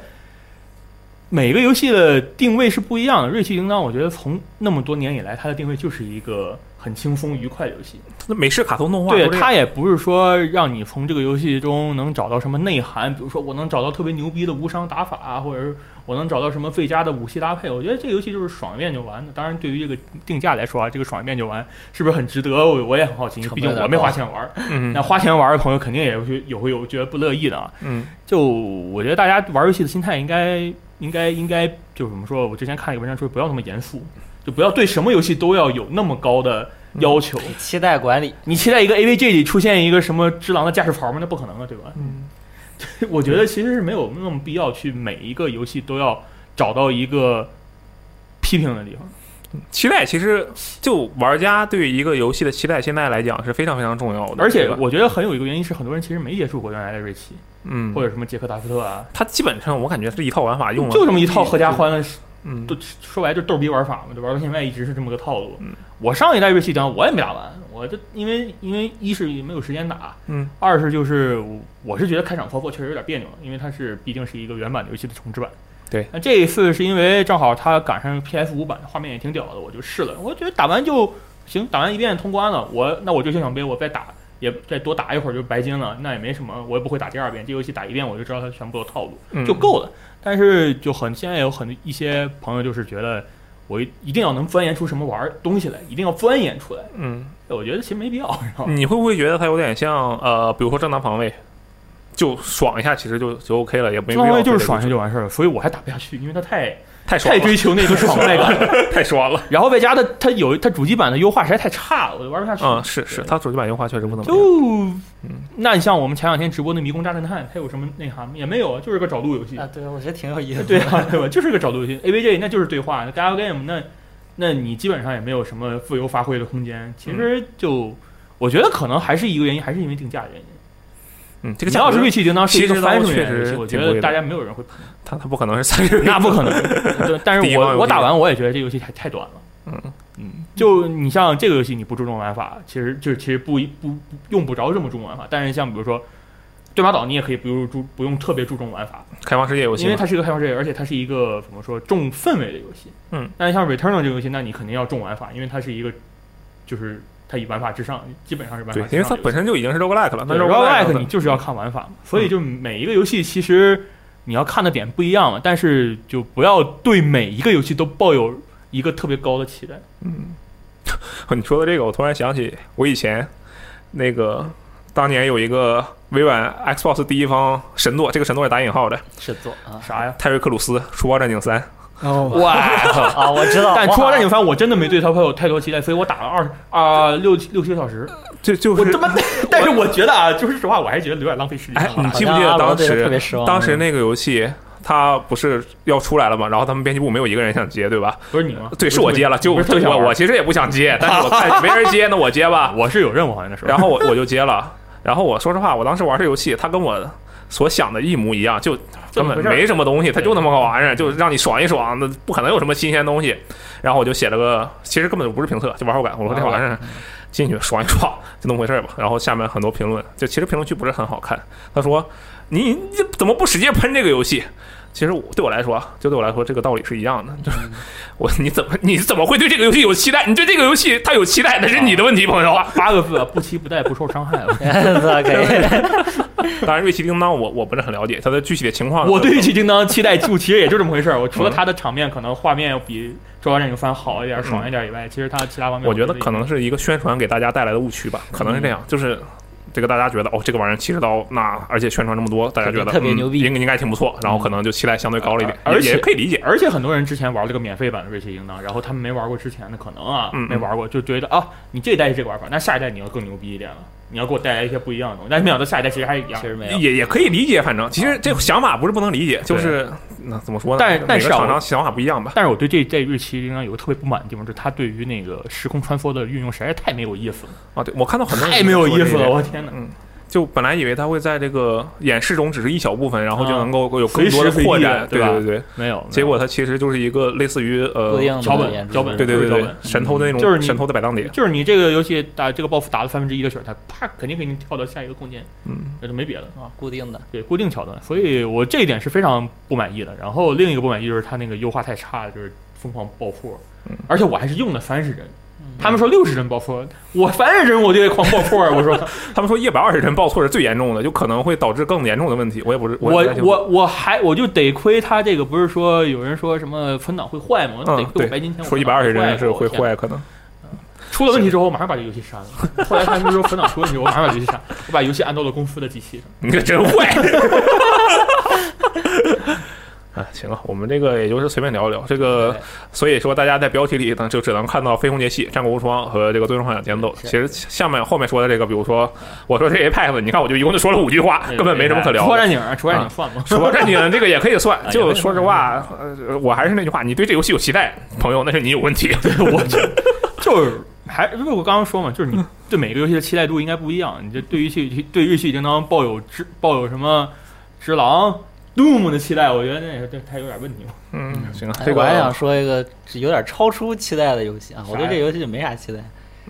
S3: 每个游戏的定位是不一样的，瑞奇应当我觉得从那么多年以来，它的定位就是一个很轻松愉快的游戏。
S1: 那美式卡通动画
S3: 对
S1: 都这样
S3: 它也不是说让你从这个游戏中能找到什么内涵，比如说我能找到特别牛逼的无伤打法啊，或者是我能找到什么最佳的武器搭配。我觉得这个游戏就是爽一遍就完的。当然，对于这个定价来说啊，这个爽一遍就完是不是很值得？我我也很好奇，
S4: 成本
S3: 毕竟
S4: 有点
S3: 我没
S4: 高
S3: 花钱玩儿。那
S1: 嗯
S3: 花钱玩儿的朋友肯定也会也会有觉得不乐意的啊。
S1: 嗯
S3: 就我觉得大家玩游戏的心态应该应该应该就是怎么说？我之前看一个文章说不要那么严肃，就不要对什么游戏都要有那么高的要求。
S4: 期待管理，
S3: 你期待一个 AVG 里出现一个什么只狼的驾驶袍吗？那不可能啊，对吧？ <laughs>
S1: 嗯，
S3: 我觉得其实是没有那么必要去每一个游戏都要找到一个批评的地方。
S1: 期待其实就玩家对一个游戏的期待，现在来讲是非常非常重要的，
S3: 而且
S1: 对吧
S3: 我觉得很有一个原因是很多人其实没接触过原来的瑞奇
S1: 嗯，
S3: 或者什么杰克达福特啊，
S1: 它基本上我感觉是一套玩法用了，
S3: 就这么一套合家欢的
S1: 嗯
S3: 都说白了就是逗逼玩法嘛，就玩到现在一直是这么个套路。
S1: 嗯
S3: 我上一代瑞奇章我也没打完，我这因为因为一是没有时间打，
S1: 嗯，
S3: 二是就是我我是觉得开场操作确实有点别扭，因为它是毕竟是一个原版的游戏的重置版。
S1: 对
S3: 那这一次是因为正好它赶上 PS 五版，画面也挺屌的，我就试了，我觉得打完就行，打完一遍通关了，我那我就就想杯我再打。也再多打一会儿就白金了，那也没什么，我也不会打第二遍。这游戏打一遍我就知道它全部有套路，
S1: 嗯
S3: 就够了。但是就很现在有很一些朋友就是觉得我一一定要能钻研出什么玩儿东西来，一定要钻研出来。
S1: 嗯，
S3: 我觉得其实没必要，然后
S1: 你会不会觉得它有点像呃，比如说正当防卫，就爽一下，其实就就 OK 了，也没必
S3: 正当
S1: 要
S3: 卫就
S1: 非
S3: 是
S1: 得
S3: 爽一下就完事儿了，所以我还打不下去，因为它太
S1: 太爽
S3: 太
S1: 了，
S3: 追求那个爽快感，
S1: <laughs> 太爽
S3: <laughs>
S1: 了。
S3: 然后外加它它有它主机版的优化实在太差了，我就玩不下去。
S1: 嗯，是是，它主机版优化确实不怎么样。
S3: 就，那你像我们前两天直播那《迷宫大侦探》，它有什么内涵吗？也没有啊，就是个找路游戏
S4: 啊，。对，我觉得挺有意思的。
S3: <laughs> 对啊，对吧？就是个找路游戏。AVG 那就是对话，那 Gal Game 那那你基本上也没有什么自由发挥的空间。
S1: 嗯
S3: 其实就、我觉得可能还是一个原因，还是因为定价的原因。
S1: 嗯，这
S3: 这
S1: 个
S3: 你
S1: 价
S3: 要是
S1: 格
S3: 锐气叮当是一个
S1: 其实
S3: 翻
S1: 当
S3: 手
S1: 时
S3: 眼
S1: 确
S3: 游
S1: 实
S3: 戏，我觉
S1: 挺贵
S3: 得
S1: 的
S3: 大家没有人会，
S1: 它它不可能是三十，
S3: 那不
S1: <laughs>
S3: 可能。对，但
S1: 第一
S3: 是
S1: 方游
S3: 我
S1: 戏
S3: 我打完我也觉得这游戏太太短了。
S1: 嗯
S3: 嗯，就你像这个游戏，你不注重玩法，其实就是其实不不不用不着这么注重玩法。但是像比如说。对马岛你也可以不用注不用特别注重玩法，
S1: 开放世界游戏
S3: 因为
S1: 嘛，
S3: 它是一个开放世界，而且它是一个怎么说重氛围的游戏。
S1: 嗯，
S3: 但是像 Returnal 这个游戏，那你肯定要重玩法，因为它是一个，就是它以玩法至上，基本上是玩
S1: 对
S3: 法，至
S1: 因为
S3: 上
S1: 它
S3: 的游戏
S1: 本身就已经是 roguelike 了，那
S3: 对 roguelike
S1: 的嗯
S3: 你就是要看玩法嘛，所以就每一个游戏其实你要看的点不一样嘛，但是就不要对每一个游戏都抱有一个特别高的
S1: <laughs>
S3: 期待。
S1: 嗯， <laughs> 你说的这个，我突然想起我以前那个当年有一个微软 Xbox 第一方神作，这个神作是打引号的，
S4: 是做啊
S3: 啥呀？
S1: 泰瑞克鲁斯《出包战警三》。
S2: 然后
S3: 哇！
S4: <laughs> 啊，我知道。
S3: 但
S4: 我
S3: 《出
S4: 好
S3: 发战警三》我真的没对它抱有太多期待，所以我打了二啊六六七个小时。
S1: 就就
S3: 我
S1: 是
S3: 他妈， <laughs> 但是我觉得啊，就是实话，我还是觉得有点浪费时间
S1: 哎
S3: 了。
S1: 你
S4: 好
S1: 记不
S4: 像
S1: 记得
S4: 阿龙
S1: 当
S4: 对他
S1: 时
S4: 特别失望？
S1: 当
S3: 嗯
S1: 时那个游戏。它不是要出来了嘛？然后他们编辑部没有一个人想接，对吧？
S3: 不是你吗？
S1: 对，是我接了，就
S3: 不是特别想
S1: 我
S3: 玩
S1: 我其实也不想接，但是
S3: <laughs>
S1: 我看没人接，那我接吧。
S3: 我是有任务好像那时候。
S1: 然
S3: <laughs>
S1: 后我我就接了。然后我说实话，我当时玩这游戏，它跟我所想的一模一样，就
S3: 这
S1: 根
S3: 么
S1: 本
S3: 回事儿
S1: 没什么东西，它就那么个玩意儿，就让你爽一爽，那不可能有什么新鲜东西。然后我就写了个，其实根本就不是评测，就玩后感。我说这玩意
S3: 哦
S1: 儿 <laughs> 进去爽一爽，就那么回事儿吧。然后下面很多评论，就其实评论区不是很好看。他说你你怎么不使劲喷这个游戏？其实我对我来说，啊就对我来说，这个道理是一样的。就是
S3: 嗯
S1: 我你怎么你怎么会对这个游戏有期待？你对这个游戏它有期待，那是你的问题，朋友。
S3: 八个字啊，不期不待，不受伤害。
S4: <laughs> 可以
S1: <laughs> 当然，瑞奇叮当我我不是很了解它的具体的情况。
S3: <laughs> 我对《玉器叮当》期待就其实也就这么回事儿。我除了它的场面可能画面要比《周华战警三》好一点、爽一点以外，其实它其他方面
S1: 我觉得
S3: 也
S1: 可能是一个宣传给大家带来的误区吧，可能是
S3: 嗯
S1: 这样，就是。这个大家觉得哦，这个玩意儿七十刀，那而且宣传这么多，大家觉得
S4: 特别
S1: 嗯
S4: 牛逼
S1: 应该应该挺不错，然后可能就期待相对高了一点，
S3: 嗯而
S1: 也
S3: 且
S1: 也可以理解。
S3: 而且很多人之前玩了个免费版的《瑞奇叮当》，然后他们没玩过之前的，可能啊
S1: 嗯嗯
S3: 没玩过，就觉得啊，你这一代是这个玩法，那下一代你要更牛逼一点了，你要给我带来一些不一样的东西。但是没想到下一代其实还是一样
S4: 其。实没有。
S1: 也也可以理解，反正其实这个想法不是不能理解，就是那怎么说呢？
S3: 嗯但但是
S1: 每
S3: 啊
S1: 个厂
S3: 我
S1: 商想法不一样吧？
S3: 但是我对这这《瑞奇叮当》有个特别不满的地方，就是它对于那个时空穿梭的运用实在是太没有意思了，
S1: 啊，对我看到很多人
S3: 太没有
S1: 说这
S3: 意思
S1: 一
S3: 了，
S1: 点
S3: 我天哪！
S1: 就本来以为它会在这个演示中只是一小部分，然后就
S3: 啊
S1: 能够有更
S3: 随
S1: 多
S3: 时
S1: 的
S3: 随地
S1: 扩
S3: 的
S1: 展，
S3: 对
S1: 对
S3: 吧
S1: 对对。
S3: 没有，
S1: 结果它其实就是一个类似于呃
S4: 固定的
S3: 脚本
S4: 演出
S3: 脚本
S1: 对对对
S3: 嗯就是
S1: 对
S3: 脚本，
S1: 神偷的那种，
S3: 就是你
S1: 神偷的摆荡碟，
S3: 就是你这个游戏打这个 BOSS 打了三分之一的血，它啪肯定给你跳到下一个空间，
S1: 嗯，
S3: 那就没别的
S4: 啊，
S3: 啊。
S4: 固定的，
S3: 对，固定桥段，所以我这一点是非常不满意的。然后另一个不满意就是它那个优化太差了，就是疯狂爆破，
S1: 嗯
S3: 而且我还是用了三十帧，他们说六十帧爆破，我三十帧我就得狂爆破，啊我说
S1: 他们说一百二十帧报错是最严重的，就可能会导致更严重的问题。 <laughs> 我也不是
S3: 我
S1: 也不太清楚
S3: 我我还我就得亏它这个不是说有人说什么存档会坏吗？
S1: 嗯
S3: 得亏
S1: 对
S3: 我白金钱我
S1: 说一百二十帧是会，坏，可能
S3: 出了问题之后我马上把这个游戏删了。后来他们说存档出问题，我马上把这个游戏删，我把游戏安到了公司的机器上。
S1: 你可真坏。 <laughs> 啊，行了，我们这个也就是随便聊一聊这个，所以说大家在标题里呢就只能看到《飞鸿节系》《战国无双》和这个《最终幻想间奏》。
S4: 是
S1: 其实下面后面说的这个，比如说我说这 Apex，你看我就一共就说了五句话，根本没什么可聊
S3: 出
S1: 的。
S3: 战警，出战警算吗？
S1: <laughs>
S3: <laughs>
S1: 说战警这个也可以算，
S3: 啊也可
S1: 就
S3: 以
S1: 说实话，呃，我还是那句话，你对这游戏有期待，朋友，那是你有问题。
S3: 我就就是还因为我刚刚说嘛，就是你对每个游戏的期待度应该不一样。你这对于戏对于戏叮当抱有之抱有什么只狼 Doom 的期待，我觉得那也是对它有点问题嘛。
S1: <laughs> 嗯，行了，
S4: 哎
S1: 这个
S4: 我还想说一个有点超出期待的游戏啊，我对
S3: 啥呀
S4: 这游戏就没啥期待。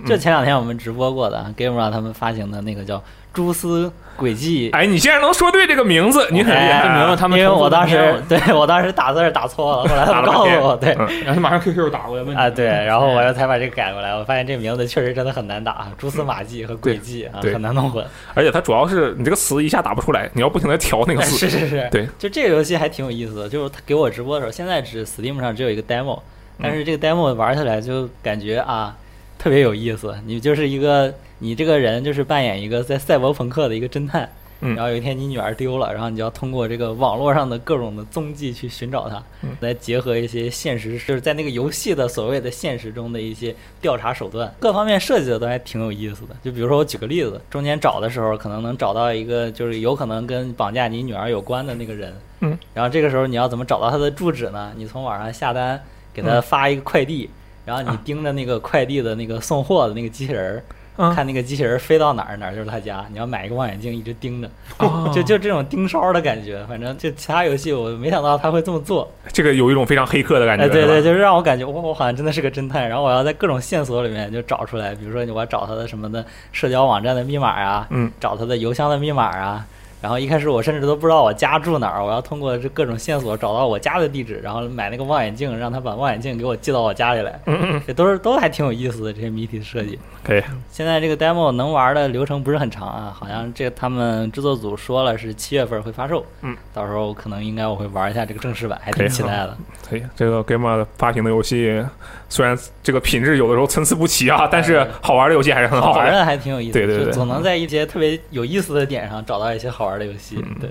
S4: 就
S1: 嗯
S4: 前两天我们直播过的啊，Gamera 他们发行的那个叫《蛛丝轨迹》，
S1: 哎，你竟然能说对这个名字，你很厉
S4: 哎
S3: 这名字
S1: 害。
S3: 他们
S4: 因为
S3: 重复
S4: 我当
S3: 了
S4: 时 <laughs> 对我当时打字儿打
S1: <laughs>
S4: 错了，后
S1: 打
S4: 来他
S1: 了
S4: 们告
S1: 半天
S4: 诉我，对，
S1: 嗯
S3: <laughs>
S1: 哎
S3: 然后他马上 QQ 就打过来问
S1: <laughs>
S3: 你
S4: 啊，对，然后我又才把这个改过来，我发现这名字确实真的很难打，啊蛛丝马迹和轨迹啊，
S1: 对
S4: 很难弄混。
S1: 而且它主要是你这个词一下打不出来，你要不停的调
S4: <laughs>
S1: 那个词。
S4: 哎是是是，
S1: 对，
S4: 就这个游戏还挺有意思的，就是他给我直播的时候，现在只 Steam 上只有一个 demo，
S1: 嗯
S4: 但是这个 demo 玩下来就感觉啊，特别有意思。你就是一个，你这个人就是扮演一个在赛博朋克的一个侦探，
S1: 嗯
S4: 然后有一天你女儿丢了，然后你就要通过这个网络上的各种的踪迹去寻找她，
S1: 嗯
S4: 来结合一些现实，就是在那个游戏的所谓的现实中的一些调查手段，各方面设计的都还挺有意思的。就比如说我举个例子，中间找的时候可能能找到一个就是有可能跟绑架你女儿有关的那个人，
S1: 嗯，
S4: 然后这个时候你要怎么找到他的住址呢？你从网上下单给他
S1: 嗯
S4: 发一个快递，然后你盯着那个快递的那个送货的那个机器人儿。
S1: 嗯
S4: 看那个机器人儿飞到哪儿，哪儿就是他家。你要买一个望远镜，一直盯着，
S1: 哦
S4: 就就这种盯梢的感觉。反正就其他游戏，我没想到他会这么做。
S1: 这个有一种非常黑客的感觉，
S4: 哎，对
S1: 是吧
S4: 对，就是让我感觉我我好像真的是个侦探，然后我要在各种线索里面就找出来，比如说我要找他的什么的社交网站的密码啊，
S1: 嗯，
S4: 找他的邮箱的密码啊。然后一开始我甚至都不知道我家住哪儿，我要通过这各种线索找到我家的地址，然后买那个望远镜，让他把望远镜给我寄到我家里来。
S1: 嗯
S4: <laughs>
S1: 嗯
S4: 这都是都还挺有意思的这些谜题设计。
S1: 嗯，可以，
S4: 现在这个 demo 能玩的流程不是很长啊，好像这个他们制作组说了是七月份会发售，
S1: 嗯，
S4: 到时候可能应该我会玩一下这个正式版，还
S1: 可
S4: 挺
S1: 以
S4: 期待的。
S1: 可以。哎这个 Game 发行的游戏虽然这个品质有的时候参差不齐啊，但是好玩的游戏还是 <laughs> 很
S4: 好
S1: 好
S4: 玩啊
S1: 玩的。
S4: 的还挺有意思，
S1: 对对对
S4: 就总能在一些特别有意思的点上找到一些好玩的游戏。
S1: 嗯
S4: 对，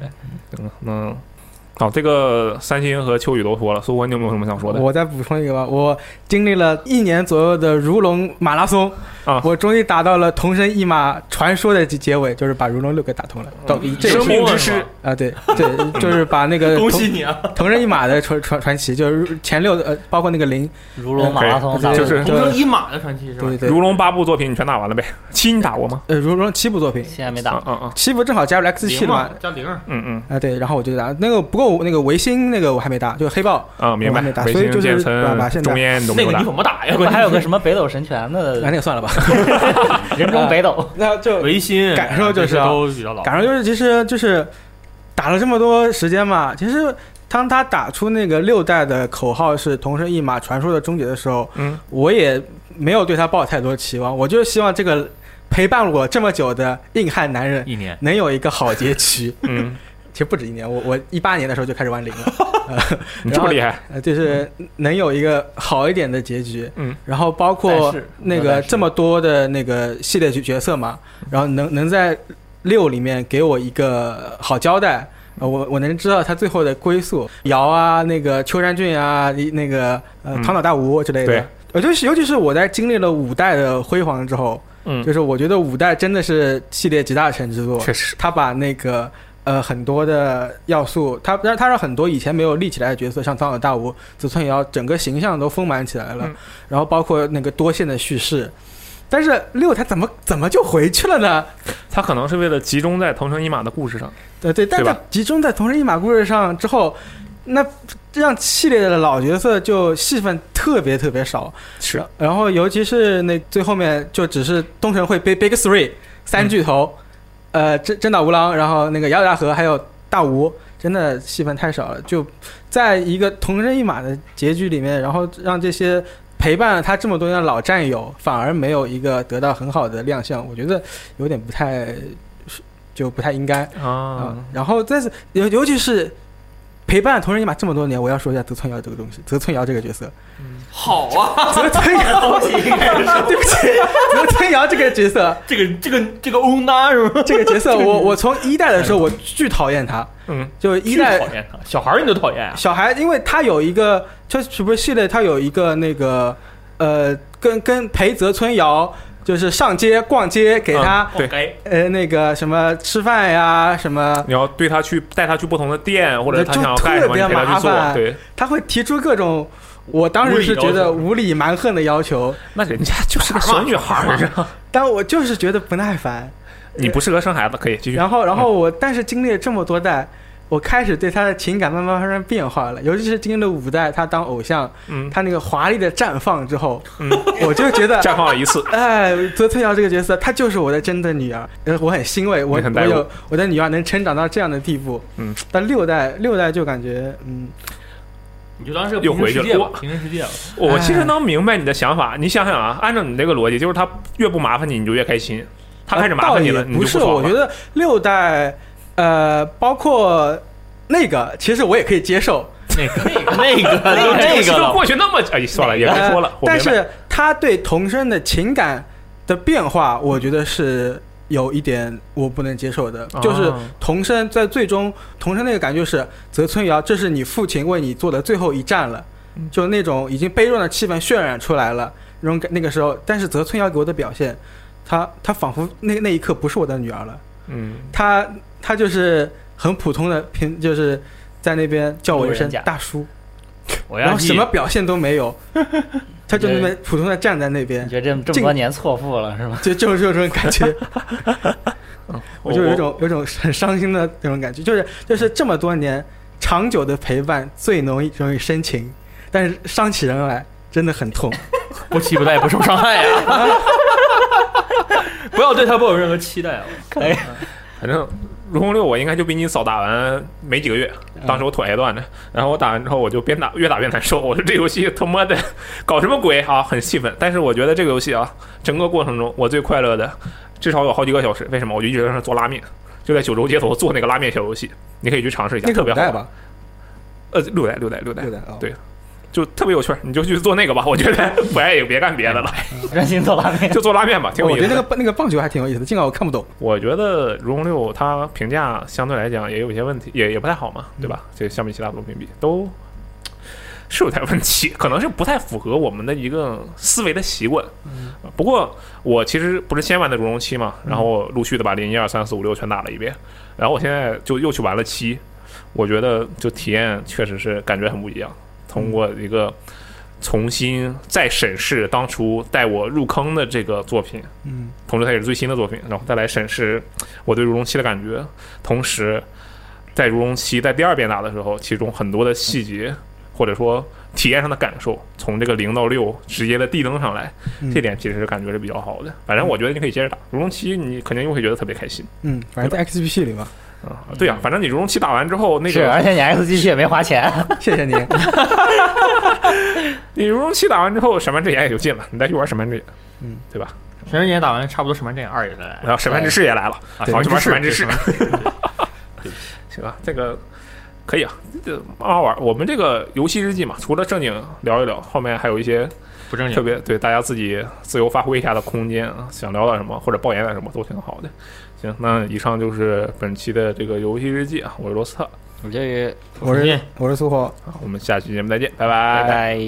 S1: 嗯嗯，好，这个三星和秋雨都说了，苏文你有没有什么想说的？
S2: 我再补充一个吧，我经历了一年左右的如龙马拉松
S1: 啊
S2: 我终于达到了同生一马传说的结结尾，就是把如龙六给打通了。到这
S1: 生命之
S3: 是
S1: 师
S3: 吗，
S2: 啊，对对，就是把那个
S3: 恭
S2: 同
S3: 喜你啊！
S2: 同生一马的传传传奇，就是前六的呃，包括那个零，
S4: 如龙马拉松
S2: 嗯
S4: 大
S2: 对
S1: 就
S4: 会
S1: 是
S3: 同生一马的传奇是吧？
S2: 对对
S1: 如
S2: 对，
S1: 龙八部作品你全打完了呗？七你打过吗？
S2: 呃，如龙七部作品，
S4: 现在没
S1: 啊
S4: 打，
S1: 啊啊！
S2: 七部正好加入 X 七
S3: 零
S2: 了嘛
S3: 嘛，，加零，
S1: 嗯嗯
S2: 啊对，然后我就打那个，不过我那个维新那个我还没打，就是黑豹，
S1: 啊，明
S2: 我
S1: 白
S2: 还没。打
S1: 维
S2: 所以就
S1: 新、
S2: 是
S1: 剑
S2: 把把现
S1: 神、
S2: 在
S1: 中烟你都没有
S3: 那个
S1: 打
S3: 你怎。么打呀？
S4: 不过还有个什么北斗神拳
S2: 啊
S4: 的
S2: 那个算了吧，
S4: 人中北斗，
S2: 那就
S3: 维新
S2: 感受就是
S3: 这
S2: 啊
S3: 些都比较老，
S2: <laughs> 感受就是，其实就是打了这么多时间嘛，其实当他打出那个六代的口号是“同生一马，传说的终结”的时候，
S1: 嗯，
S2: 我也没有对他抱太多期望，我就希望这个陪伴我这么久的硬汉男人
S3: <laughs> 一年。
S2: 能有一个好结局。
S1: 嗯，
S2: <laughs> 其实不止一年，我我一八年的时候就开始玩零
S1: <laughs>
S2: 了，
S1: 你这么厉害，
S2: 呃，就是能有一个好一点的结局。
S1: 嗯，
S2: 然后包
S4: 但
S2: 括
S4: 是
S2: 那
S4: 但
S2: 个
S4: 是
S2: 这么多的那个系列角角色嘛，然后能能在六里面给我一个好交代，呃、我我能知道他最后的归宿。瑶啊，那个秋山俊啊，一那个呃
S1: 嗯
S2: 唐岛大吴之类的。
S1: 对
S2: 呃，就是尤其是我在经历了五代的辉煌之后，
S1: 嗯
S2: 就是我觉得五代真的是系列集大成之作，
S1: 确实，
S2: 他把那个呃很多的要素，他让他让很多以前没有立起来的角色，像苍井大吾、子村也要整个形象都丰满起来了，
S1: 嗯
S2: 然后包括那个多线的叙事。但是六他怎么怎么就回去了呢？
S1: 他可能是为了集中在藤生一马的故事上。
S2: 呃对对，但
S1: 对
S2: 是
S1: 吧
S2: 集中在同人一马故事上之后，那这样系列的老角色就戏份特别特别少。
S1: 是，
S2: 然后尤其是那最后面就只是东城会背 Big Three 三巨头，呃，真真岛吾郎，然后那个姚大和还有大吴，真的戏份太少了。就在一个同人一马的结局里面，然后让这些陪伴了他这么多年的老战友，反而没有一个得到很好的亮相，我觉得有点不太，就不太应该。
S1: 啊
S2: 嗯，，然后但是尤尤其是陪伴同人一马这么多年，我要说一下泽村遥这个东西，泽村遥这个角色，
S3: 好
S2: <laughs>
S3: 啊，
S2: 泽村遥，对不起，泽村遥这个角色，
S3: 这个这个这个欧娜是 <laughs> 吗？
S2: 这个角色我我从一代的时候我巨讨厌他，
S1: 嗯，
S2: 就一
S3: 巨
S2: 代
S3: 讨厌他，小孩儿你都讨厌 <laughs> 啊？
S2: 小孩，因为他有一个，就是不是系列，他有一个那个呃，跟跟陪泽村遥。就是上街逛街，给他、
S1: 嗯啊对
S3: 该
S2: 呃那个什么吃饭呀，什么
S1: 你要对他去带他去不同的店，或者他
S2: 就
S1: 想要干什么，
S2: 特别
S1: 你陪他去
S2: 麻
S1: 做。
S2: 烦
S1: 对，
S2: 他会提出各种我当时是觉得无理蛮横的要求，
S1: 那人家就是个小女孩
S2: <laughs>
S1: 儿啊，
S2: 但我就是觉得不耐烦。
S1: 你不适合生孩子，可以继续。
S2: 然后，然后我但是经历了这么多代，我开始对他的情感慢慢发生变化了，尤其是经历了五代他当偶像，
S1: 嗯，
S2: 他那个华丽的绽放之后，
S1: 嗯
S2: 我就
S1: <laughs>
S2: 觉得。
S1: 绽放了一次，
S2: 哎，泽村遥这个角色，她就是我的真的女儿，呃，我很欣慰，我
S1: 你很
S2: 我
S1: 代入
S2: 有我的女儿能成长到这样的地步。
S1: 嗯，
S2: 但六代六代就感觉，嗯，
S3: 你就当是个
S1: 又
S3: 平
S1: 回去
S3: 行世
S1: 了
S3: 界吧
S1: 我，
S3: 平行世界吧。
S1: 我其实能明白你的想
S2: 哎
S1: 法。你想想啊，按照你这个逻辑，就是他越不麻烦你，你就越开心；他开始麻
S2: 呃倒
S1: 烦你
S2: 也
S1: 了，你就
S2: 不是，
S1: 爽
S2: 我觉
S1: 了。
S2: 得六代，呃，包括那个，其实我也可以接受，
S3: <laughs> 那个那个
S1: 哎这
S3: 都
S1: 个
S3: 那
S1: 期
S3: 个
S1: 都
S3: 了，
S1: 过去那么，哎，算了，也别说了。我
S2: 但
S1: 明白
S2: 是他对童声的情感的变化，我觉得是有一点我不能接受的，
S1: 啊
S2: 就是童声在最终童声那个感觉就是泽村遥，这是你父亲为你做的最后一战了，
S1: 嗯
S2: 就那种已经悲壮的气氛渲染出来了，那种感那个时候，但是泽村遥给我的表现，他他仿佛那那一刻不是我的女儿了，
S1: 嗯，
S2: 他他就是很普通的平，就是在那边叫我一
S4: 路
S2: 声
S4: 人甲
S2: 大叔，
S3: 我
S2: 然
S3: 要
S2: 后什么表现都
S1: <laughs>
S2: 没有，他就那么普通的站在那边
S4: 你，觉得这么这么多年错付了是吧？
S2: 就就就这种感
S1: <laughs>
S2: 觉，我就有一
S1: 嗯我
S2: 种有一种很伤心的那种感觉，就是就是这么多年长久的陪伴最容易容易深情，但是伤起人来真的很痛。
S3: 不期不待不受伤害 <laughs> 啊！不要对他抱有任何期待啊！
S4: 可以，
S1: 反正如虹六我应该就比你早打完没几个月，
S2: 嗯
S1: 当时我腿还断着，然后我打完之后我就边打越打越难受，我说这游戏他妈的 <laughs> 搞什么鬼啊，很气愤。但是我觉得这个游戏啊，整个过程中我最快乐的至少有好几个小时，为什么？我就一直在那做拉面。就在九州街头做那个拉面小游戏，你可以去尝试一下，
S2: 那
S1: <laughs>
S2: 个
S1: 特别
S2: 五
S1: 好
S2: 代
S1: 玩。
S2: 吧，
S1: 呃，六代，六代，六代
S2: 对，的啊，
S1: 对就特别有趣儿，你就去做那个吧。我觉
S2: <laughs>
S1: 得不爱也别干别的了，
S4: 专心做拉面。
S1: 就做拉面吧，挺有
S2: 哦我
S1: 意思的。
S2: 觉得那个那个棒球还挺有意思的，尽管我看不懂。
S1: 我觉得《如龙六》它评价相对来讲也有一些问题，也也不太好嘛，对吧？这相比其他作品比都是有点问题，可能是不太符合我们的一个思维的习惯。呃不过我其实不是先玩的《如龙七》嘛，然后陆续的把零一二三四五六全打了一遍，然后我现在就又去玩了七，我觉得就体验确实是感觉很不一样，通过一个。重新再审视当初带我入坑的这个作品，
S2: 嗯，
S1: 同时它也是最新的作品，然后再来审视我对《如龙七》的感觉。同时，在《如龙七》在第二遍打的时候，其中很多的细节或者说体验上的感受，从这个零到六直接的递增上来，
S2: 嗯
S1: 这点其实感觉是比较好的。反正我觉得你可以接着打《如龙七》，你肯定又会觉得特别开心
S2: 嗯，反正在 XGP 里嘛，
S1: 啊、对呀、反正你《如龙七》打完之后，那
S4: <laughs> 是，
S1: 个
S2: 哎
S4: 而且你 XGP 也没花
S1: <laughs>
S4: 钱，
S2: 谢谢你。
S1: 你《如龙七》打完之后，审判之眼也就进了，你再去玩审判之眼，
S2: 嗯，
S1: 对吧？
S3: 神人也打完，差不多《审判之眼二》也来
S1: 然后审判之士也来了，
S3: 啊
S1: 然后去玩哎审判之士。 <laughs>
S3: 对
S1: 行啊，这个可以啊，这个蛮好玩儿。我们这个游戏日记嘛，除了正经聊一聊，后面还有一些
S3: 不正经，
S1: 特别对大家自己自由发挥一下的空间啊，想聊点什么或者抱怨点什么都挺好的。行，那以上就是本期的这个游戏日记啊，我是罗斯特
S4: 我这
S2: 我是我是苏霍。
S1: 啊，我们下期节目再见，拜
S4: 拜拜。